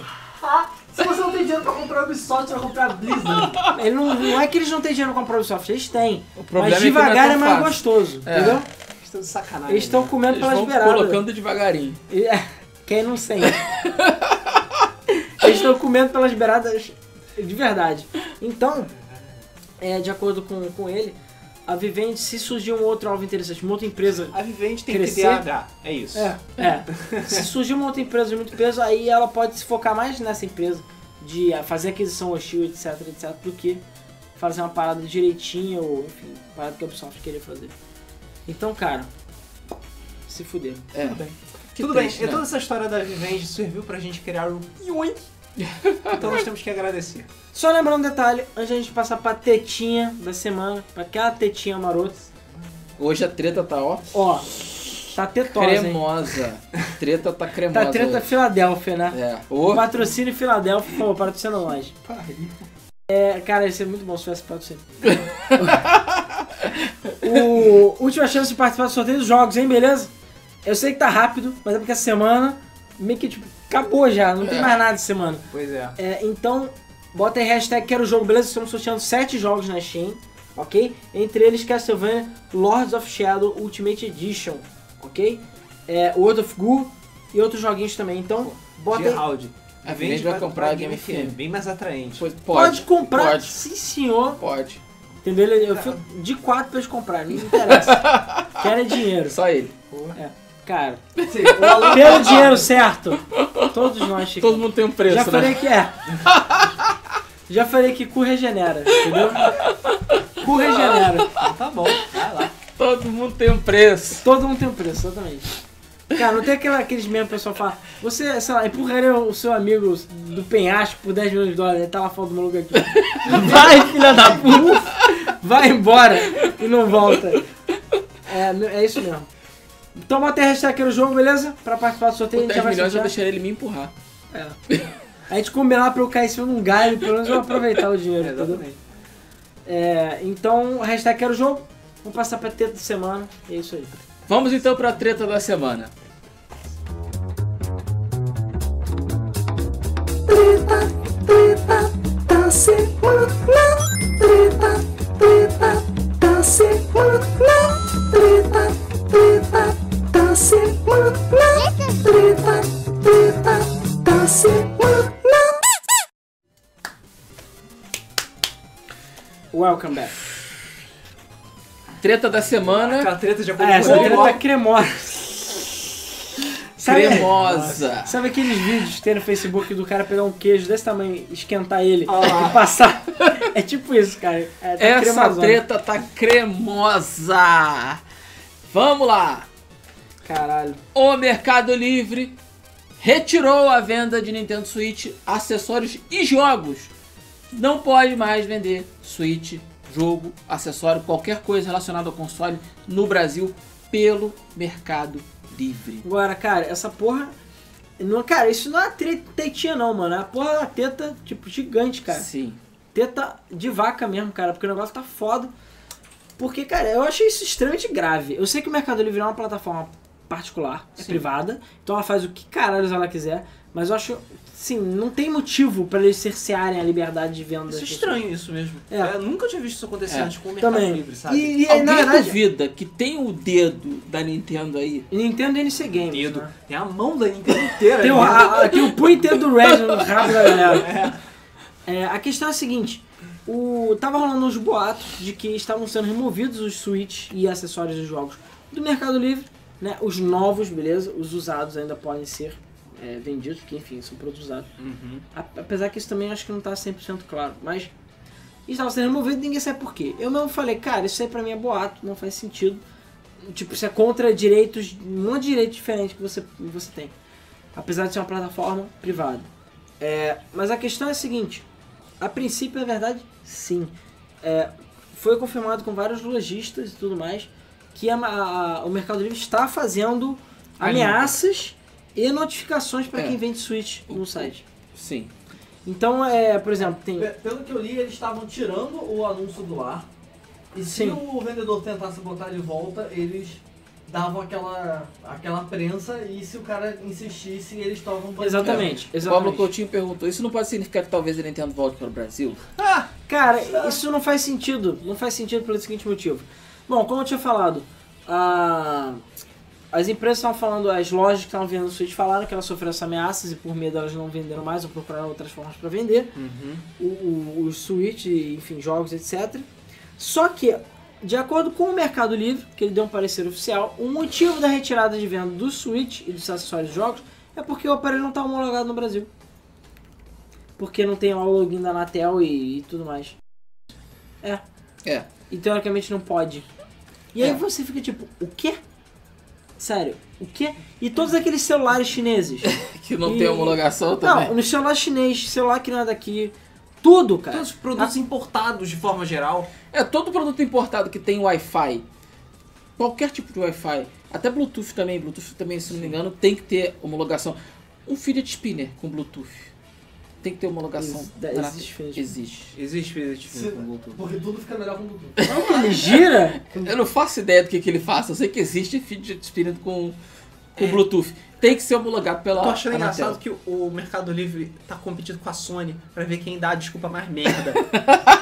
Se você não tem dinheiro pra comprar Ubisoft, você vai comprar Blizzard. Ele não, não é que eles não têm dinheiro com a Ubisoft, eles têm. O problema Mas é que não devagar é, tão mais fácil. gostoso, É. entendeu? Eles estão de sacanagem. Eles estão né? comendo Eles pelas vão beiradas. colocando devagarinho. E- é, Quem não sente. eles estão comendo pelas beiradas de verdade. Então, é, de acordo com, com ele, a Vivendi, se surgir um outro alvo interessante, uma outra empresa A Vivente tem Crescer. que ter TDAH, é isso. É, é. Se surgir uma outra empresa de muito peso, aí ela pode se focar mais nessa empresa de ah, fazer aquisição hostil, etc, etc, do que fazer uma parada direitinha ou, enfim, parada que a Ubisoft queria fazer. Então, cara, se fuder. É. Que Tudo triste, bem, né? e toda essa história da Vivente serviu pra gente criar o Yoink. Então nós temos que agradecer. Só lembrar um detalhe, antes da gente passar pra tetinha da semana, pra aquela tetinha marota. Hoje a treta tá, ó, Ó, tá tetosa, hein? cremosa. Treta tá cremosa. Tá treta hoje. Filadélfia, né? É. O Ô, patrocínio Filadélfia, pô, patrocina nós. É, cara, ia ser muito bom se tivesse patrocínio. o última chance de participar do sorteio dos jogos, hein, beleza? Eu sei que tá rápido, mas é porque essa semana meio que tipo, acabou já, não tem mais nada essa semana. Pois é. É, então, bota aí hashtag quero jogo, beleza? Estamos sorteando 7 jogos na Steam, ok? Entre eles Castlevania Lords of Shadow Ultimate Edition, ok? É, World of Goo e outros joguinhos também. Então, bota aí. Gerald, A Vivente vai comprar a Game FM. Bem mais atraente. Pois- Pode, comprar, Pode. sim senhor. Pode. Entendeu? Eu Tá. fico de quatro pra eles comprarem, não interessa. Quero é dinheiro. Só ele. Cara, Sim, o Alan, pelo dinheiro certo, todos nós Todo ficamos. mundo tem um preço, Já né? falei que é. Já falei que cu regenera, entendeu? Cu regenera. Ah, tá bom, vai lá. Todo mundo tem um preço. Todo mundo tem um preço, exatamente. Cara, não tem aquela, aqueles mesmo pessoal falar, você, sei lá, empurraria o seu amigo do penhasco por 10 milhões de dólares, ele tá lá fora do maluco aqui. Vai, filha da puta! Vai embora e não volta. É, é isso mesmo. Então bota aí a hashtag aqui no jogo, beleza? Pra participar do sorteio, Por a gente 10 já vai milhões eu sortear. deixaria ele me empurrar. A gente combinar pra eu cair em cima de um galho, pelo menos eu vou aproveitar o dinheiro, entendeu? Exatamente. É, então, hashtag quero jogo, vamos passar pra teta de semana, e é isso aí. Vamos então pra treta da semana. Welcome back. Treta da semana Aquela treta de Ah, é, acordo essa com treta o é cremosa. Sabe, cremosa. sabe aqueles vídeos que tem no Facebook do cara pegar um queijo desse tamanho, esquentar ele e passar? É tipo isso, cara. É, tá Ah. Essa cremosona. treta tá cremosa. Vamos lá. Caralho. O Mercado Livre retirou a venda de Nintendo Switch, acessórios e jogos. Não pode mais vender Switch, jogo, acessório, qualquer coisa relacionada ao console no Brasil pelo Mercado Livre. Agora, cara, essa porra. Não, cara, isso não é tre- tetinha, não, mano. É a porra da teta, tipo, gigante, cara. Sim. Teta de vaca mesmo, cara, porque o negócio tá foda. Porque, cara, eu achei isso extremamente grave. Eu sei que o Mercado Livre é uma plataforma particular, é privada, então ela faz o que caralho ela quiser, mas eu acho, sim, não tem motivo pra eles cercearem a liberdade de venda. Isso é estranho isso mesmo. É. Eu nunca tinha visto isso acontecer É. antes com o Mercado Também. Livre, sabe? E, e aí, Alguém na verdade, duvida que tem o dedo da Nintendo aí? Nintendo NC Games. Dedo. né? Tem a mão da Nintendo inteira. Tem o, ali. a- a- tem o punho inteiro do Red no rabo da galera. É, a questão é a seguinte: o, tava rolando uns boatos de que estavam sendo removidos os Switch e acessórios dos jogos do Mercado Livre, né? Os novos, beleza? Os usados ainda podem ser é, vendidos, porque enfim, são produtos usados. A- Apesar que isso também acho que não tá 100% claro, mas estava sendo removido e ninguém sabe por quê. Eu mesmo falei, cara, isso aí pra mim é boato, não faz sentido. Tipo, isso é contra direitos, um monte de direito diferente que você, você tem. Apesar de ser uma plataforma privada. É, mas a questão é a seguinte: a princípio, na verdade, sim. É, foi confirmado com vários lojistas e tudo mais que a- a- o Mercado Livre está fazendo A limpa. ameaças e notificações para É. quem vende Switch no site. Sim. Então, é, por exemplo, tem. pe- pelo que eu li, eles estavam tirando o anúncio do ar. E se Sim. o vendedor tentasse botar de volta, eles davam aquela, aquela prensa e se o cara insistisse, eles estavam O Exatamente, Pablo exatamente. Coutinho perguntou: isso não pode significar que talvez a Nintendo volte para o Brasil? Ah! Cara, isso não faz sentido. Não faz sentido pelo seguinte motivo. Bom, como eu tinha falado, a- as empresas estavam falando, as lojas que estavam vendendo Switch falaram que elas sofreram essas ameaças e por medo elas não venderam mais ou procuraram outras formas para vender. O, o, os Switch, enfim, jogos, etc. Só que, de acordo com o Mercado Livre, que ele deu um parecer oficial, o motivo da retirada de venda do Switch e dos acessórios de jogos é porque o aparelho não está homologado no Brasil. Porque não tem lá o login da Anatel e, e tudo mais. É. É. E teoricamente não pode. E aí É. você fica tipo, o quê? Sério, o quê? E todos aqueles celulares chineses? Que não E- tem homologação também. Não, no celular chinês, celular que não é daqui. Tudo, cara. Todos os Ah. produtos importados de forma geral. É, todo produto importado que tem Wi-Fi, qualquer tipo de Wi-Fi, até Bluetooth também, Bluetooth também, se não me engano, tem que ter homologação. Um Fidget Spinner com Bluetooth. Tem que ter homologação. Ex- da- na- existe Fidget Existe. Existe Fidget Sim. Spinner com Bluetooth. Porque tudo fica melhor com tudo. Ele gira? Eu não faço ideia do que, que ele faça, eu sei que existe Fidget Spinner com, É. com Bluetooth. Tem que ser homologado pela Tô Tá achando Anatel. engraçado que o- o Mercado Livre tá competindo com a Sony pra ver quem dá a desculpa mais merda.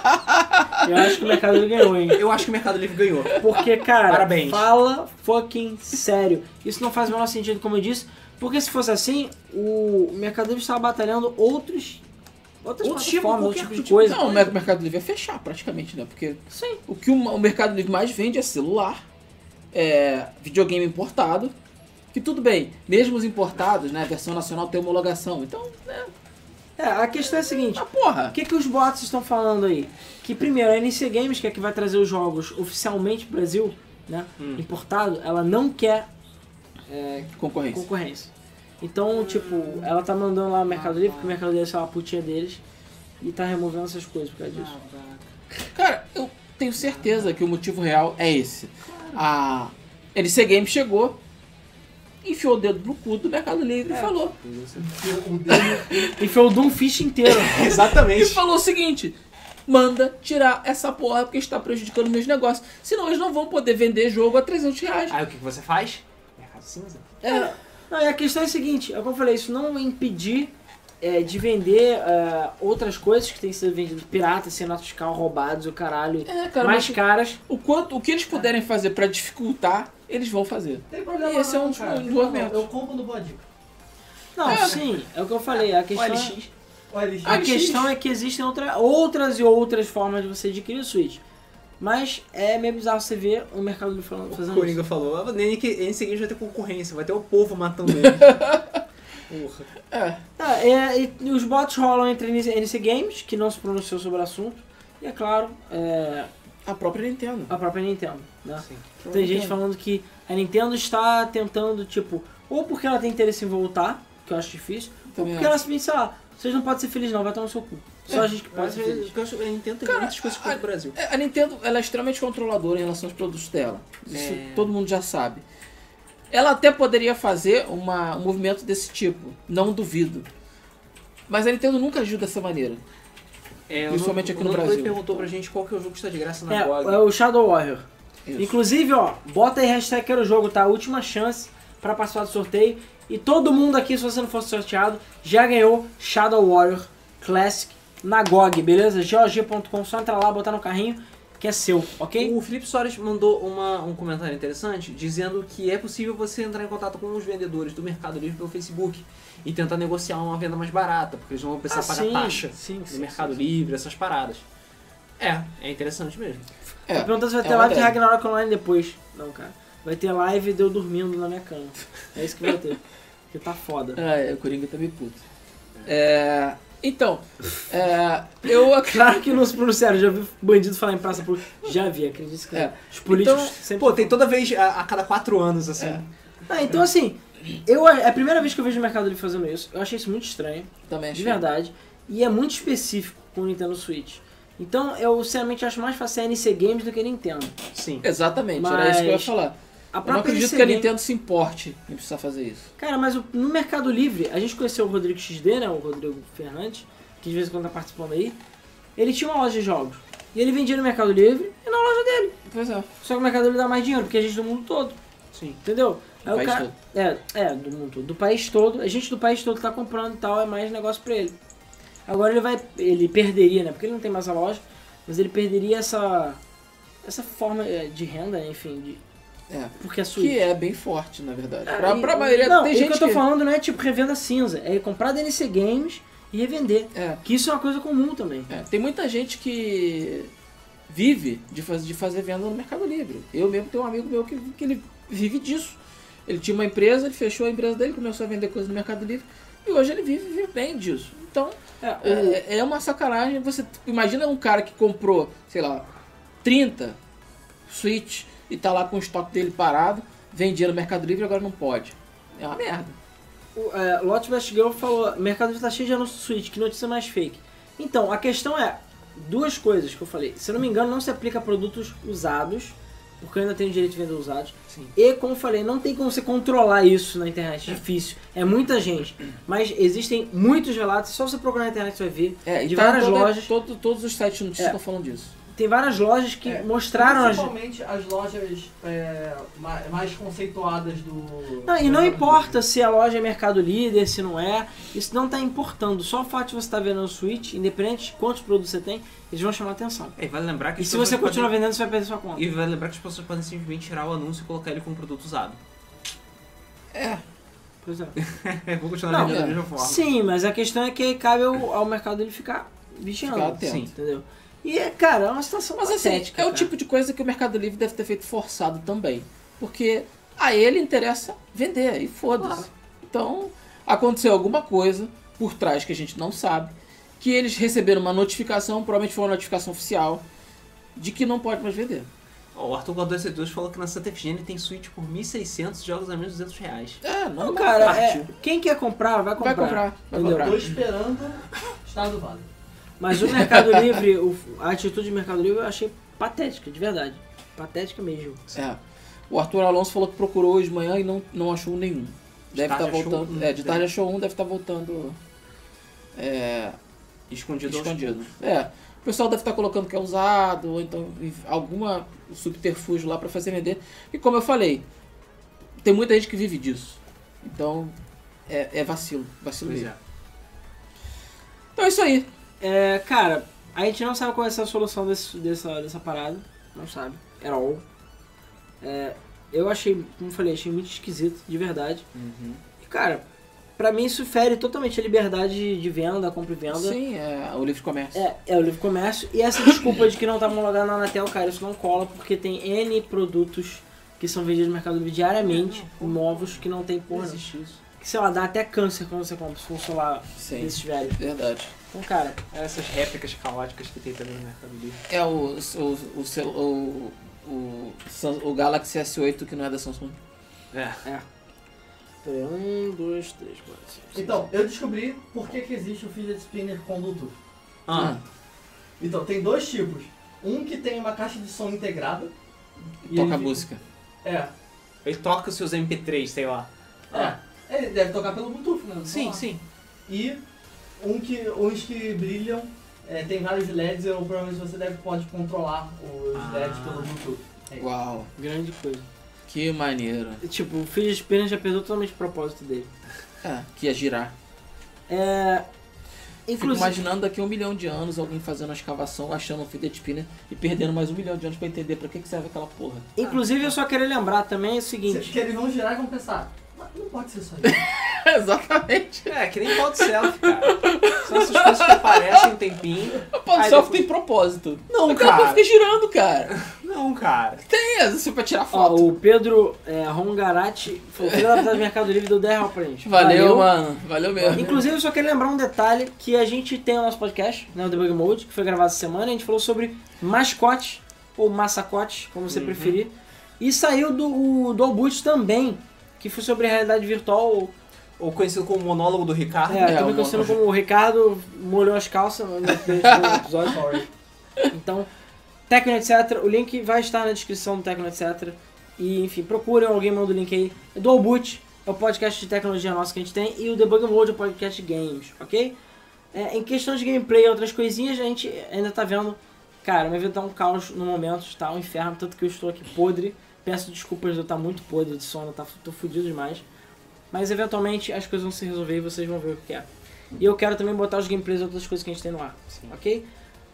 Eu acho que o mercado Livre ganhou, hein? Eu acho que o Mercado Livre ganhou. Porque, cara, Parabéns. fala fucking sério. Isso não faz o menor sentido, como eu disse. Porque se fosse assim, o Mercado Livre estava batalhando outros. Outras Outro tipo, plataformas, outro tipo qualquer de tipo. coisa. Não, o mer- Mercado Livre é fechar praticamente, né? Porque o que o ma- o Mercado Livre mais vende é celular, é videogame importado, que tudo bem, mesmo os importados, né? A versão nacional tem homologação. Então, É, a questão é a seguinte: ah, o porra! que, que os bots estão falando aí? Que primeiro, a NC Games, que é que vai trazer os jogos oficialmente pro Brasil, né? Importado, ela não quer É. Concorrência. concorrência. Então, tipo, ela tá mandando lá o Mercado Livre, porque o Mercado Livre é só uma putinha deles, e tá removendo essas coisas por causa disso. Cara, eu tenho certeza que o motivo real é esse. A NC Game chegou, enfiou o dedo no cu do Mercado Livre É. e falou. Porque o dele E foi o Doom Fish inteiro. E Exatamente. falou o seguinte: manda tirar essa porra porque está prejudicando meus negócios. Senão eles não vão poder vender jogo a 300 reais. Aí o que que você faz? Mercado cinza. Não, e a questão é a seguinte, é como eu falei, isso não vai impedir é, de vender é, outras coisas que têm sido vendidas pirata, sendo fiscal, roubados, o caralho, É, cara, mais mas caras. o, quanto, o que eles puderem fazer pra dificultar, eles vão fazer. Tem problema E esse é não, um cara. dos Tem meus problema. medos. Eu compro no Boa Dica. Não, sim, é o que eu falei, a questão... OLX. Olha, A gente. questão é que existem outra- outras e outras formas de você adquirir o Switch. Mas é meio bizarro você ver o mercado do falando O fazendo isso. Coringa falou, "Ah, nem que em seguida vai ter concorrência, vai ter o povo matando ele. Porra. Tá, é, e, e os bots rolam entre NC, Games, que não se pronunciou sobre o assunto, e é claro, é, A própria Nintendo. a própria Nintendo. Né? Sim. Tem gente falando que a Nintendo está tentando, tipo, ou porque ela tem interesse em voltar, que eu acho difícil, Também porque acho. ela se pensa, ah, vocês não podem ser felizes não, vai tomar no seu cu. É, Só a gente que pode Mas ser feliz. eu acho que a Nintendo tem muitas coisas contra o Brasil. É, A Nintendo ela é extremamente controladora em relação aos produtos dela. Isso É. todo mundo já sabe. Ela até poderia fazer uma- um movimento desse tipo, não duvido. Mas a Nintendo nunca agiu dessa maneira. É, o Principalmente Nuno- aqui no o Nuno Brasil. perguntou pra gente qual que é o jogo que está de graça na É, GOG. é o Shadow Warrior. Isso. Inclusive, ó, bota aí hashtag quero jogo, tá? Última chance pra participar do sorteio. E todo mundo aqui, se você não fosse sorteado, já ganhou Shadow Warrior Classic na GOG, beleza? GOG.com, só entrar lá, botar no carrinho, que é seu, ok? O Felipe Soares mandou uma- um comentário interessante dizendo que é possível você entrar em contato com os vendedores do Mercado Livre pelo Facebook e tentar negociar uma venda mais barata, porque eles não vão precisar Ah, pagar sim, taxa sim, no sim, Mercado sim, Livre, essas paradas. É, é interessante mesmo. É, Perguntando se vai é ter uma live de ideia. Ragnarok Online depois. Não, cara. Vai ter live de eu dormindo na minha cama. É isso que vai ter. Porque tá foda. É, o Coringa tá meio puto. É, então, é, eu acredito. Claro que não se pronunciaram, já vi bandido falar em praça pública. Já vi, acredito que É. os políticos Então, sempre. Pô, tem toda vez, a, a cada quatro anos, assim. É. Ah, então assim, eu, é a primeira vez que eu vejo o Mercado Livre fazendo isso. Eu achei isso muito estranho, Também de achei. verdade. E é muito específico com o Nintendo Switch. Então eu sinceramente acho mais fácil a NC Games do que a Nintendo. Sim. Exatamente, era Mas- isso que eu ia falar. A Eu não própria acredito NC que a Games- Nintendo se importe em precisar fazer isso. Cara, mas o- no Mercado Livre, a gente conheceu o Rodrigo XD, né? O Rodrigo Fernandes, que de vez em quando tá participando aí. Ele tinha uma loja de jogos. E ele vendia no Mercado Livre e na loja dele. Pois é. Só que o Mercado Livre dá mais dinheiro, porque a gente do mundo todo. Sim. Entendeu? Do Aí o país cara- É, é, do mundo todo. Do país todo. A gente do país todo tá comprando e tal, é mais negócio pra ele. Agora ele vai. Ele perderia, né? Porque ele não tem mais a loja, mas ele perderia essa. Essa forma é, de renda, né, enfim, de, É. porque a sua Que é bem forte, na verdade. é, Pra, e- pra maioria não, tem o gente que eu tô falando não é tipo revenda cinza, é comprar da NC Games e revender. É. Que isso é uma coisa comum também. É, tem muita gente que vive de, faz, de fazer venda no Mercado Livre. Eu mesmo tenho um amigo meu que, que ele vive disso. Ele tinha uma empresa, ele fechou a empresa dele, começou a vender coisas no Mercado Livre e hoje ele vive, vive bem disso. Então É, o- é, é uma sacanagem. Você imagina um cara que comprou, sei lá, 30 Switch e tá lá com o estoque dele parado, vendia no Mercado Livre e agora não pode. É uma merda. O, é, Lot West Girl falou: Mercado Livre tá cheio de anúncio do Switch, que notícia mais fake. Então, a questão é: duas coisas que eu falei. Se eu não me engano, não se aplica a produtos usados, porque eu ainda tenho direito de vender usados. Sim. E, como eu falei, não tem como você controlar isso na internet, é difícil. É muita gente. Mas existem muitos relatos, só você procurar na internet você vai ver. É, e de tá várias toda- lojas. todo- todos os sites de notícias É. estão falando disso. Tem várias lojas que É, mostraram as. Principalmente as lojas é, ma- mais conceituadas do. Não, e não importa se a loja é mercado líder, se não é, isso não tá importando. Só o fato de você estar vendendo o Switch, independente de quantos produtos você tem, eles vão chamar atenção. É, e vale lembrar que E as se pessoas você continuar podem- vendendo, você vai perder sua conta. E vale um lembrar que as pessoas podem simplesmente tirar o anúncio e colocar ele como produto usado. Pois é. Vou continuar Não, vendendo da é. mesma forma. Sim, mas a questão é que aí cabe ao, ao mercado ele ficar vigiando. Ficar atento. Sim, entendeu? E, é, cara, é uma situação Mas assim, patética. é o cara. tipo de coisa que o Mercado Livre deve ter feito forçado também. Porque a ele interessa vender, e foda-se. Então, aconteceu alguma coisa por trás que a gente não sabe, que eles receberam uma notificação, provavelmente foi uma notificação oficial, de que não pode mais vender. Ó, O Arthur Godoy C2 falou que na Santa Efigênia tem suíte por 1.600 jogos a menos de 200 reais. É, não, Não, não cara, é, partiu. quem quer comprar, vai comprar. Vai comprar, vai Entendeu? comprar. Tô esperando estar do vale. Mas o Mercado Livre, o- a atitude do Mercado Livre eu achei patética, de verdade. Patética mesmo. É. O Arthur Alonso falou que procurou hoje de manhã e não, não achou nenhum. Deve estar tarde achou voltando. um, é, de né? tarde achou um, deve estar voltando. É, Escondido. aos- escondido. É. O pessoal deve estar colocando que é usado, ou então alguma subterfúgio lá para fazer vender. E como eu falei, tem muita gente que vive disso. Então, é, é vacilo. Vacilo Pois mesmo. é. Então é isso aí. É, cara, a gente não sabe qual vai ser a solução desse, dessa, dessa parada. Não sabe. At all. É, eu achei, como eu falei, achei muito esquisito, de verdade. Uhum. E, cara, pra mim isso fere totalmente a liberdade de, de venda, compra e venda. Sim, é o livre comércio. É, é o livre comércio. E essa desculpa de que não tá homologado na Anatel, cara, isso não cola, porque tem N produtos que são vendidos no mercado livre diariamente, novos, que não tem porra. não. existe isso. Que, sei lá, dá até câncer quando você compra, se for solar Sim, desses velhos. verdade. Então, cara, É essas réplicas caóticas que tem também no Mercado Livre. É o, o, o, cel- o, o, Sam- o Galaxy S8 que não é da Samsung. É. peraí, um, dois, três, quatro, cinco. seis. Então, eu descobri por que, que existe o fidget spinner com Bluetooth. Ah, Então, tem dois tipos. Um que tem uma caixa de som integrada. e ele Toca fica- a música. É. Ele toca os seus MP3, sei lá. Ah. É. Ele deve tocar pelo Bluetooth, né? Sim, Sei lá. sim. E um que, uns que brilham, é, tem vários LEDs, eu provavelmente você deve, pode controlar os Ah. LEDs pelo Bluetooth. Uau, Grande coisa. que maneiro. Tipo, o Filho de Espírito já perdeu totalmente o propósito dele. É, que ia girar. É. Fico Inclusive. imaginando daqui a um milhão de anos alguém fazendo uma escavação, achando um fidget spinner e perdendo mais um milhão de anos pra entender pra que, que serve aquela porra. Inclusive, eu só queria lembrar também o Cê- seguinte. Que eles vão girar e vão pensar, mas não pode ser só isso. Exatamente. É, que nem foto selfie, cara. São essas coisas que aparecem um tempinho. A pão Aí selfie depois- tem propósito. Não, Aquela porra cara. fica girando, cara. Ah, Não, cara. Tem isso pra tirar Ó, foto. o Pedro é, Rongarati, foi o filho da puta do Mercado Livre, deu 10 reais pra gente. Valeu, mano. Valeu mesmo. Inclusive, eu só queria lembrar um detalhe, que a gente tem o nosso podcast, né, o Debug Mode, que foi gravado essa semana, e a gente falou sobre mascote, ou massacote, como Uhum. você preferir. E saiu do, o, do Albut também, que foi sobre realidade virtual, Ou conhecido como monólogo do Ricardo. é, É, também o- conhecendo como o Ricardo molhou as calças no episódio. Então, Tecno etc. O link vai estar na descrição do Tecno etc. E, enfim, procurem, alguém manda o link aí. É Do Boot, é o podcast de tecnologia nosso que a gente tem. E o Debug Mode é o podcast de games, ok? É, em questão de gameplay e outras coisinhas, a gente ainda tá vendo. Cara, minha vida tá um caos no momento, tá um inferno, tanto que eu estou aqui podre. Peço desculpas de eu estar muito podre de sono, tá, tô fudido demais. Mas eventualmente as coisas vão se resolver e vocês vão ver o que é. E eu quero também botar os gameplays e outras coisas que a gente tem no ar. Ok?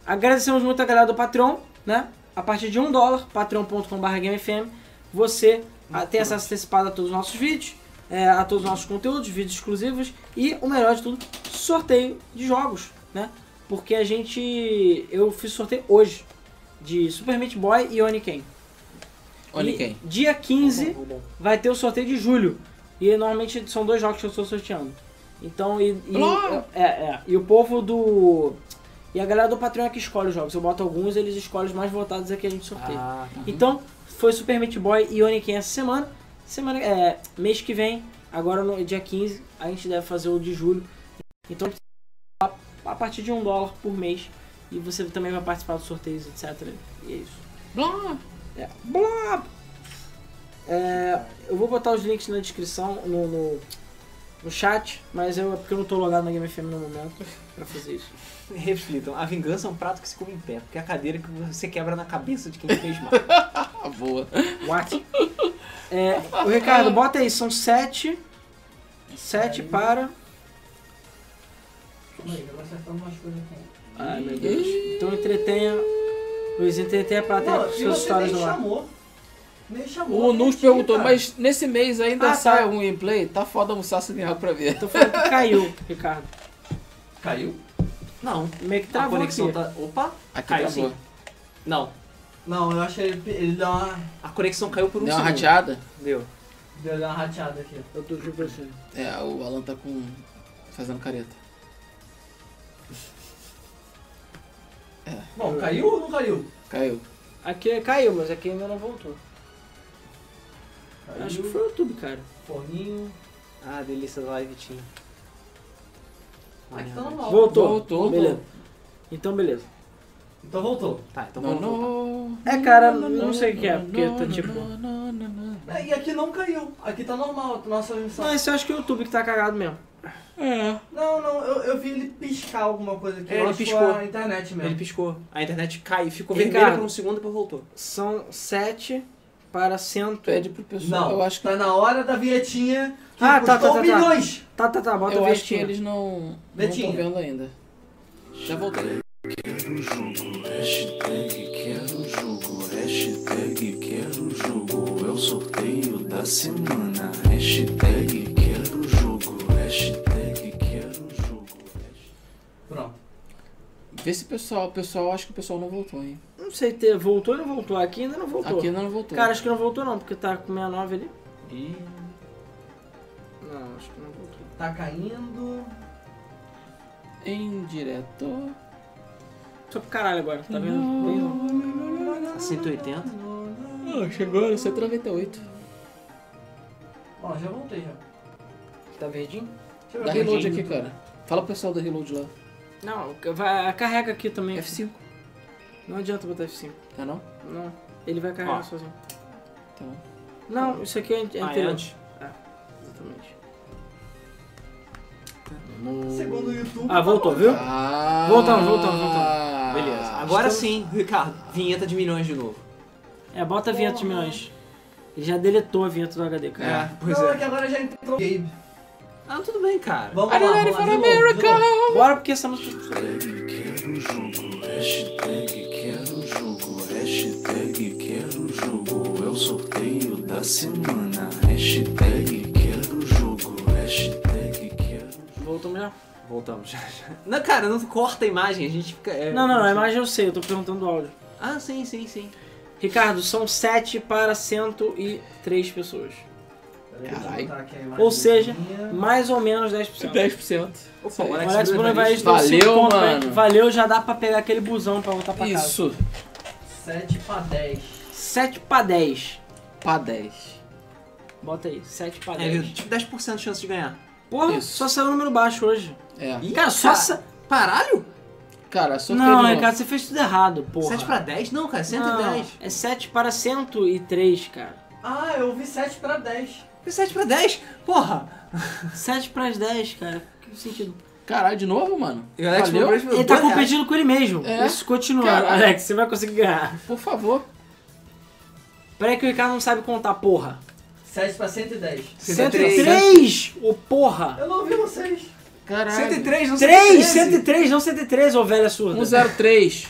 Agradecemos muito a galera do Patreon, né? A partir de um dólar, patreon.com.br GameFM, você ah, tem acesso antecipado a todos os nossos vídeos, é, a todos os nossos conteúdos, vídeos exclusivos e, o melhor de tudo, sorteio de jogos, né? Porque a gente. Eu fiz sorteio hoje de Super Meat Boy e Oniken. Olha quem. Dia 15 Tá Bom, bom. vai ter o sorteio de julho. E normalmente são dois jogos que eu estou sorteando. Então, e. e Claro. é, é. E o povo do. E a galera do Patreon é que escolhe os jogos. Eu boto alguns, eles escolhem os mais votados é que a gente sorteia. Ah, tá. Então, foi Super Meat Boy e Oniken essa semana. semana é, mês que vem, agora no dia 15, a gente deve fazer o de julho. Então, a- a partir de um dólar por mês. E você também vai participar dos sorteios, etc. E é isso. Blá. É. Blá! É, eu vou botar os links na descrição, no, no, no chat, mas eu, é porque eu não tô logado na Game FM no momento pra fazer isso. Reflitam, a vingança é um prato que se come em pé, porque é a cadeira que você quebra na cabeça de quem fez mal. Ah, boa. What? É, o Ricardo, bota aí, são sete. Sete para. Calma aí, agora acertar umas coisas aqui. Ai meu Deus. Então entretenha. Luiz, entretenha pra ter Não, e suas você histórias nem no ar. chamou Nem chamou. O nem Nunes tinha, perguntou, cara. mas nesse mês ainda Ah, sai tá. algum gameplay? Tá foda almoçar sem algo pra ver. Tô falando Então que caiu, Ricardo. Caiu? Não. Meio que a travou conexão aqui. tá. Opa! Aqui Caiu travou. sim. Não. Não, eu achei ele, ele deu, uma, A conexão caiu por um Deu uma segundo. rateada? Deu. deu uma rateada aqui. Eu tô aqui pra você. É, o Alan tá com. fazendo careta. Bom, caiu ou não caiu? Caiu. Aqui é- caiu, mas aqui ainda não voltou. Caiu. Acho que foi o YouTube, cara. Forninho. Ah, delícia do live né? team. Aqui tá normal. Voltou. Voltou, Beleza. Então, beleza. Então voltou. Tá, então Não, vamos. voltar. não. É, cara, não sei o que é, porque tá tipo- não, não, não. É, E aqui não caiu. Aqui tá normal, nossa Não, emissão. esse eu acho que é o YouTube que tá cagado mesmo. É. Não, não, eu, eu vi ele piscar alguma coisa aqui. É, eu ele acho que piscou. foi a internet mesmo. Ele piscou. A internet cai, ficou Ei, vermelha cara. por um segundo e depois voltou. São 7 para 100. Pede é pro pessoal. Não, eu acho que. tá na hora da vinhetinha que Ah, custou tá, tá, tá, tá. milhões. Tá, tá, tá, É bota Eu a acho que vinhetinha. eles não. não Betinha. estão vendo ainda. Já voltei. Quero jogo, hashtag quero jogo, hashtag quero jogo, é o sorteio da semana. Hashtag quero jogo, hashtag quero jogo. Pronto. Vê se o pessoal. O pessoal acho que o pessoal não voltou, hein? Não sei, ter, voltou ou não voltou? Aqui ainda não voltou. Aqui ainda não voltou. Cara, acho que não voltou não, porque tá com 69 ali. E Não, acho que não voltou. tá caindo. Em direto. Só pro caralho agora, tá vendo? Bem- Hum. A 180. Ah, chegou no 198. Ó, já voltei já. Tá verdinho? Deixa eu Dá ver aqui. reload aqui, cara. Fala pro pessoal do reload lá. Não, vai, carrega aqui também. F5. Não adianta botar F5. Ah, não? Não, ele vai carregar Ó. sozinho. Então. Não, isso aqui é ante- Ah, é anterior. antes. Exatamente. Segundo o YouTube. Ah, voltou, viu? Ah, Voltamos, voltamos, voltamos. Beleza. Agora estamos- sim, Ricardo. Vinheta de milhões de novo. É, bota a vinheta de milhões. Ele já deletou a vinheta do HD, cara. Pois não, é. é que agora já entrou o Gabe. Ah, tudo bem, cara. Vamos I lá, did it vamos um for lá, de novo, de America. novo. Bora, porque essa música... Hashtag quero jogo, hashtag quero jogo, hashtag quero jogo, é o sorteio da semana. Hashtag quero jogo, hashtag quero jogo. Voltamos já? Voltamos já, já. Não, cara, não corta a imagem, a gente fica. é- Não, não, não, a imagem eu sei, eu tô perguntando o áudio. Ah, sim, sim, sim. Ricardo, são 7 para 103 pessoas. Peraí, deixa eu Caralho. botar aqui a imagem Ou seja, minha. mais ou menos 10%. 10%. Opa, aí. o O Alex, Alex Bruno vai Valeu, mano. Valeu, já dá pra pegar aquele busão pra voltar pra casa. Isso. 7 pra 10. 7 pra 10. Pra 10. Bota aí, 7 pra É, 10. tipo 10% de chance de ganhar. Porra, Isso. só saiu um número baixo hoje. É. Ih, Cara, só ca- sa- Caralho? Cara, só Não, é que ele Ricardo, você fez tudo errado, porra. 7 pra 10? Não, cara, 110. Não, é 7 para 103, cara. Ah, eu vi 7 pra 10. E 7 pra 10? Porra! 7 para 10, cara. Que sentido? Caralho, de novo, mano? E o Alex Valeu? Bruno Ele tá competindo com ele mesmo. É? Isso, continua. Caralho. Alex, você vai conseguir ganhar. Por favor. Peraí que o Ricardo não sabe contar, porra. 7 pra 110. 103, ô porra. Eu não vi vocês. Caralho. 103, não 3, 113. 103, não 103, ô velha surda. 103.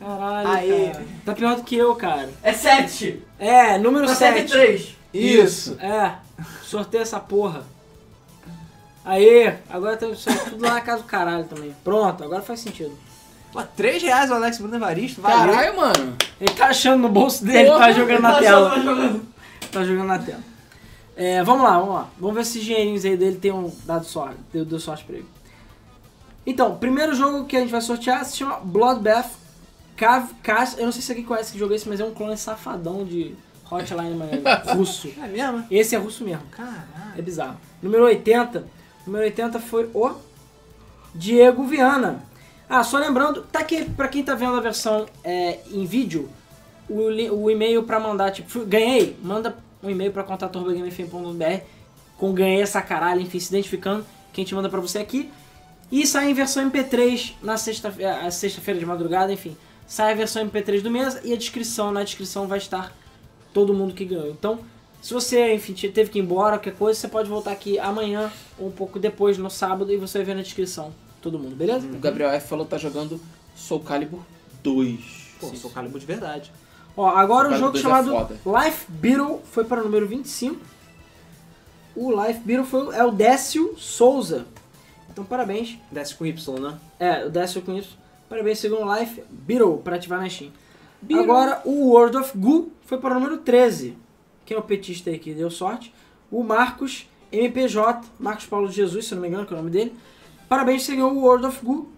Caralho, Aê. cara. Tá pior do que eu, cara. É 7. É, número Tá Pra 7. 103. Isso. É, sorteia essa porra. Aê, agora tá isso aí tudo lá na casa do caralho também. Pronto, agora faz sentido. Pô, 3 reais o Alex Bruno Evaristo, valeu. Caralho, mano. Ele tá achando no bolso dele, tá jogando na Tá tela. jogando, tá jogando. Tá jogando na tela. É, vamos lá, vamos lá. Vamos ver se esses dinheirinhos aí dele tem um dado sorte, deu, deu sorte pra ele. Então, primeiro jogo que a gente vai sortear se chama Bloodbath Cav Cash. Eu não sei se alguém conhece que jogo é esse, mas é um clone safadão de Hotline Miami, russo. É mesmo? Esse é russo mesmo. Caralho. É bizarro. Número 80. Número 80 foi o Diego Viana. Ah, só lembrando, tá aqui pra quem tá vendo a versão é, em vídeo, o, li- o e-mail pra mandar, tipo, fui- ganhei, manda um e-mail pra contato.gamefm.br com ganhei essa caralho, enfim, se identificando, que a gente manda pra você é aqui. E sai em versão MP3 na sexta- eh, a sexta-feira de madrugada, enfim. Sai a versão MP3 do mês e a descrição, na descrição vai estar todo mundo que ganhou. Então, se você, enfim, te- teve que ir embora, qualquer coisa, você pode voltar aqui amanhã ou um pouco depois, no sábado, e você vai ver na descrição todo mundo, Uhum. beleza? O Gabriel F falou que tá jogando Soul Calibur 2. Pô, sou Calibur de verdade. Ó, agora o Cara, jogo dois é chamado foda. Life Beetle foi para o número 25. O Life Beetle foi, o- é o Décio Souza. Então parabéns. Desce com Y, né? É, o Décio com isso. Parabéns, segundo Life Beetle para ativar na Steam. Agora o World of Goo foi para o número 13. Quem é o petista aí que deu sorte? O Marcos MPJ, Marcos Paulo de Jesus, se eu não me engano, que é o nome dele. Parabéns, você ganhou o World of Goo.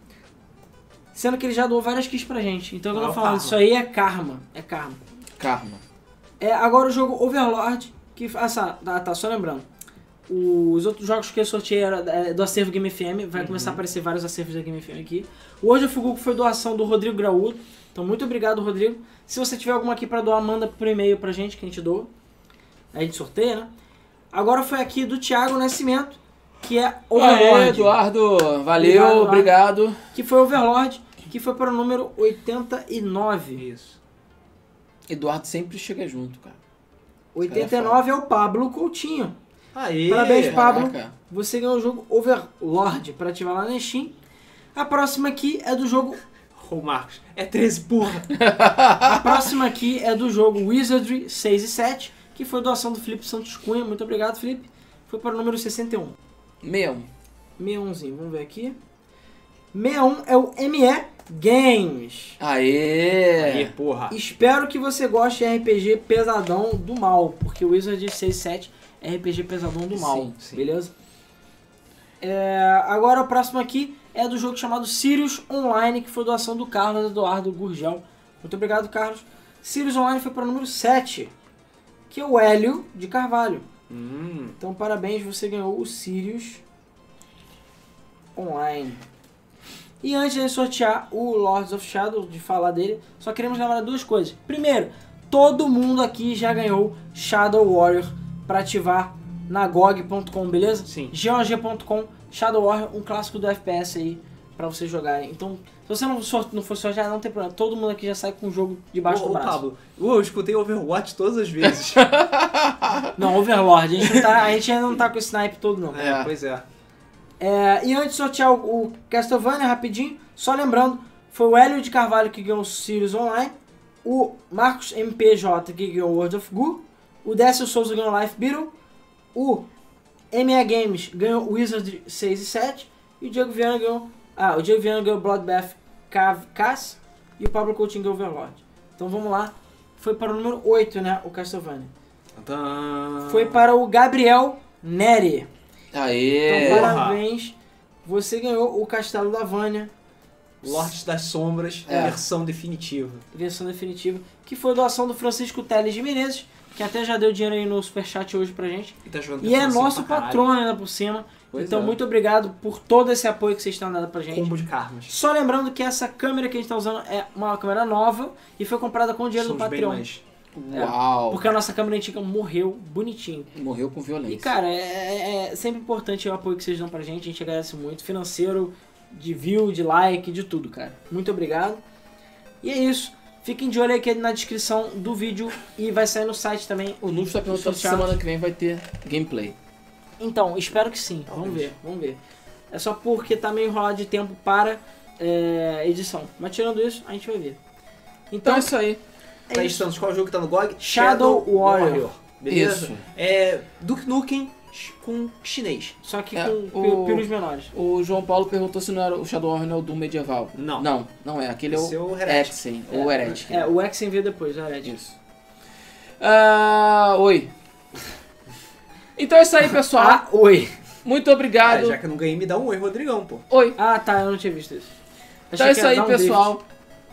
Sendo que ele já doou várias keys pra gente. Então, quando eu tô Ah, falando, karma. isso aí é karma. É karma. Karma. É, agora o jogo Overlord, que. Ah, sa- tá, tá, só lembrando. Os outros jogos que eu sorteei era é, do acervo Game FM, vai começar a aparecer vários acervos da Game FM aqui. O Hoje of Google foi doação do Rodrigo Graúdo, então muito obrigado, Rodrigo. Se você tiver alguma aqui pra doar, manda por e-mail pra gente, que a gente doa. A gente sorteia, né? Agora foi aqui do Thiago Nascimento, que é Aê, Overlord, Eduardo, Obrigado, valeu, Eduardo. obrigado. que foi Overlord, que foi para o número 89. Isso. Eduardo sempre chega junto, cara. 89 é o Pablo Coutinho. Aí. Parabéns, Pablo. Caraca. Você ganhou o jogo Overlord para ativar lá na Steam. A próxima aqui é do jogo. Ô, Marcos, é 13, porra. A próxima aqui é do jogo Wizardry 6 e 7, que foi doação do Felipe Santos Cunha. Muito obrigado, Felipe. Foi para o número 61. Mesmo. 61zinho, vamos ver aqui. 61 é o ME Games. É. Aê! Aí, porra. Espero que você goste de RPG pesadão do mal, porque o Wizard 6 e 7 é RPG pesadão do mal, Sim, sim. beleza? É, agora o próximo aqui é do jogo chamado Sirius Online, que foi doação do Carlos Eduardo Gurgel. Muito obrigado, Carlos. Sirius Online foi para o número 7, que é o Hélio de Carvalho. Hum. Então parabéns, você ganhou o Sirius Online. E antes de sortear o Lords of Shadow, de falar dele, só queremos lembrar duas coisas. Primeiro, todo mundo aqui já ganhou Shadow Warrior para ativar na GOG.com, beleza? Sim. GOG.com, Shadow Warrior, um clássico do FPS aí para vocês jogarem. Então, se você não, sor- não for sortear, não tem problema. Todo mundo aqui já sai com o jogo debaixo Ô, do ô, braço. Pablo, ô, eu escutei Overwatch todas as vezes. Não, Overlord, a gente, não tá- a gente ainda não tá com o snipe todo não. É. Pois é. É, e antes de sortear o, o Castlevania, rapidinho, só lembrando, foi o Hélio de Carvalho que ganhou o Sirius Online, o Marcos MPJ que ganhou o World of Goo, o Décio Souza ganhou o Life Beetle, o ME Games ganhou o Wizard 6 e 7, e o Diego Viana ganhou, ah, o Diego Viana ganhou o Bloodbath Cav- Cas e o Pablo Coutinho ganhou o Overlord. Então vamos lá, foi para o número 8, né, o Castlevania. Tadã. Foi para o Gabriel Neri. Aê! Então, Porra. parabéns. Você ganhou o Castelo da Vânia, Lordes das Sombras, É. versão definitiva. versão definitiva, que foi doação do Francisco Teles de Menezes, que até já deu dinheiro aí no superchat hoje pra gente. E tá jogando E é versão nosso assim pra caralho. patrono ainda por cima. Pois então, é. muito obrigado por todo esse apoio que vocês estão dando pra gente. Combo de karmas. Só lembrando que essa câmera que a gente tá usando é uma câmera nova e foi comprada com o dinheiro Somos do bem Patreon. mais. Uau! É, Porque a nossa câmera antiga morreu bonitinho. Morreu com violência. E cara, é, é- é sempre importante o apoio que vocês dão pra gente, a gente agradece muito, financeiro, de view, de like, de tudo, cara. Muito obrigado. E é isso. Fiquem de olho aqui na descrição do vídeo e vai sair no site também. o Nunes tá perguntando se Sorteado. semana que vem vai ter gameplay. Então, espero que sim. Vamos ver, vamos ver. É só porque tá meio enrolado de tempo para é, edição. Mas tirando isso, a gente vai ver. Então Então, é isso aí. é Daí isso. estamos, qual jogo que tá no GOG? Shadow Warrior. Beleza? Isso. É Duke Nukem ch- com chinês. Só que É, com o- o... piros menores. O João Paulo perguntou se não era o Shadow Warrior não é o Doom medieval. Não. Não, não é. Aquele é Esse é o o Heretic. Exen, ou Heretic. É, o X veio depois, já é. Isso. Ah, oi. Então é isso aí, pessoal. Ah, É, oi. Muito Ah, obrigado. já que eu não ganhei, me dá um oi, Rodrigão, pô. Oi. Ah, tá, eu não tinha visto isso. Então Achei é que isso ia aí, dar um pessoal.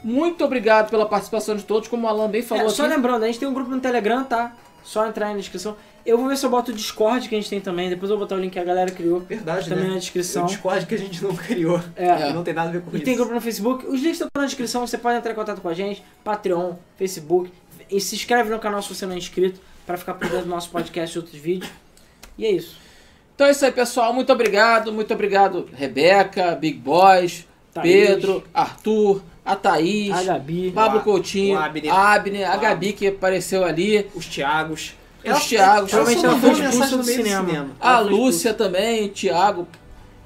Muito obrigado pela participação de todos. Como o Alan bem É, falou só aqui, lembrando, a gente tem um grupo no Telegram, tá? Só entrar aí na descrição. Eu vou ver se eu boto o Discord que a gente tem também. Depois eu vou botar o link que a galera criou Tá Verdade, também né? na O descrição. Discord que a gente não criou. É. É. Não tem nada a ver com E isso. tem grupo no Facebook. Os links estão na descrição. Você pode entrar em contato com a gente. Patreon, Facebook. E se inscreve no canal se você não é inscrito. Pra ficar por dentro do nosso podcast e outros vídeos. E é isso. Então é isso aí, pessoal. Muito obrigado. Muito obrigado, Rebeca, Big Boys, Thaís. Pedro, Arthur, a Thaís, A Gabi. Pablo O A- Coutinho, o a Abner. Abner, a Gabi que apareceu ali, Os É Thiagos. um os Thiagos, provavelmente só ela mandou foi mensagem expulsa no do meio cinema. a ela foi Lúcia também, o Thiago.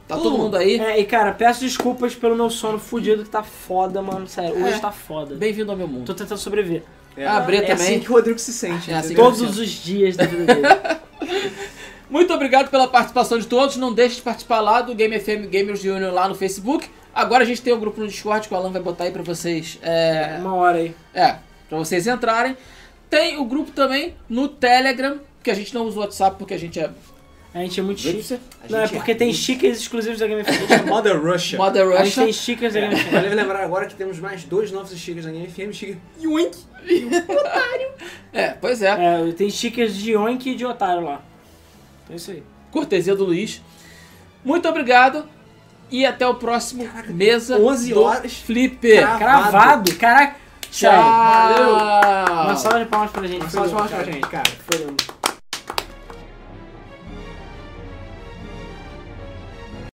Tá Todo todo mundo. mundo aí. É, e cara, peço desculpas pelo meu sono fudido que tá foda, mano. Sério, hoje É. tá foda. Bem-vindo ao meu mundo. Tô tentando sobreviver. É. abrir É também. assim que o Rodrigo se sente. É assim entendeu? que Todos os dias da vida dele. Muito obrigado pela participação de todos. Não deixe de participar lá do Game FM Gamers Union lá no Facebook. Agora a gente tem o grupo no Discord que o Alan vai botar aí pra vocês. É, Uma hora aí. é para vocês entrarem. Tem o grupo também no Telegram, que a gente não usa o WhatsApp porque a gente é A gente é muito chique. A Não, é gente porque tem stickers exclusivos da Game Freak. é Mother Russia. Mother A gente Russia. tem stickers da Game Freak. Vale lembrar agora que temos mais dois novos stickers na Game FM. Sticker Yoink. É, pois é. É, tem stickers de Yoink e de Otário lá. É isso aí. Cortesia do Luiz. Muito obrigado e até o próximo mesa 11 do horas. Flipper. Cravado. Cravado! Caraca! Tchau. Uma salva de palmas pra gente. Uma salva de palmas pra gente, cara. Foi lindo.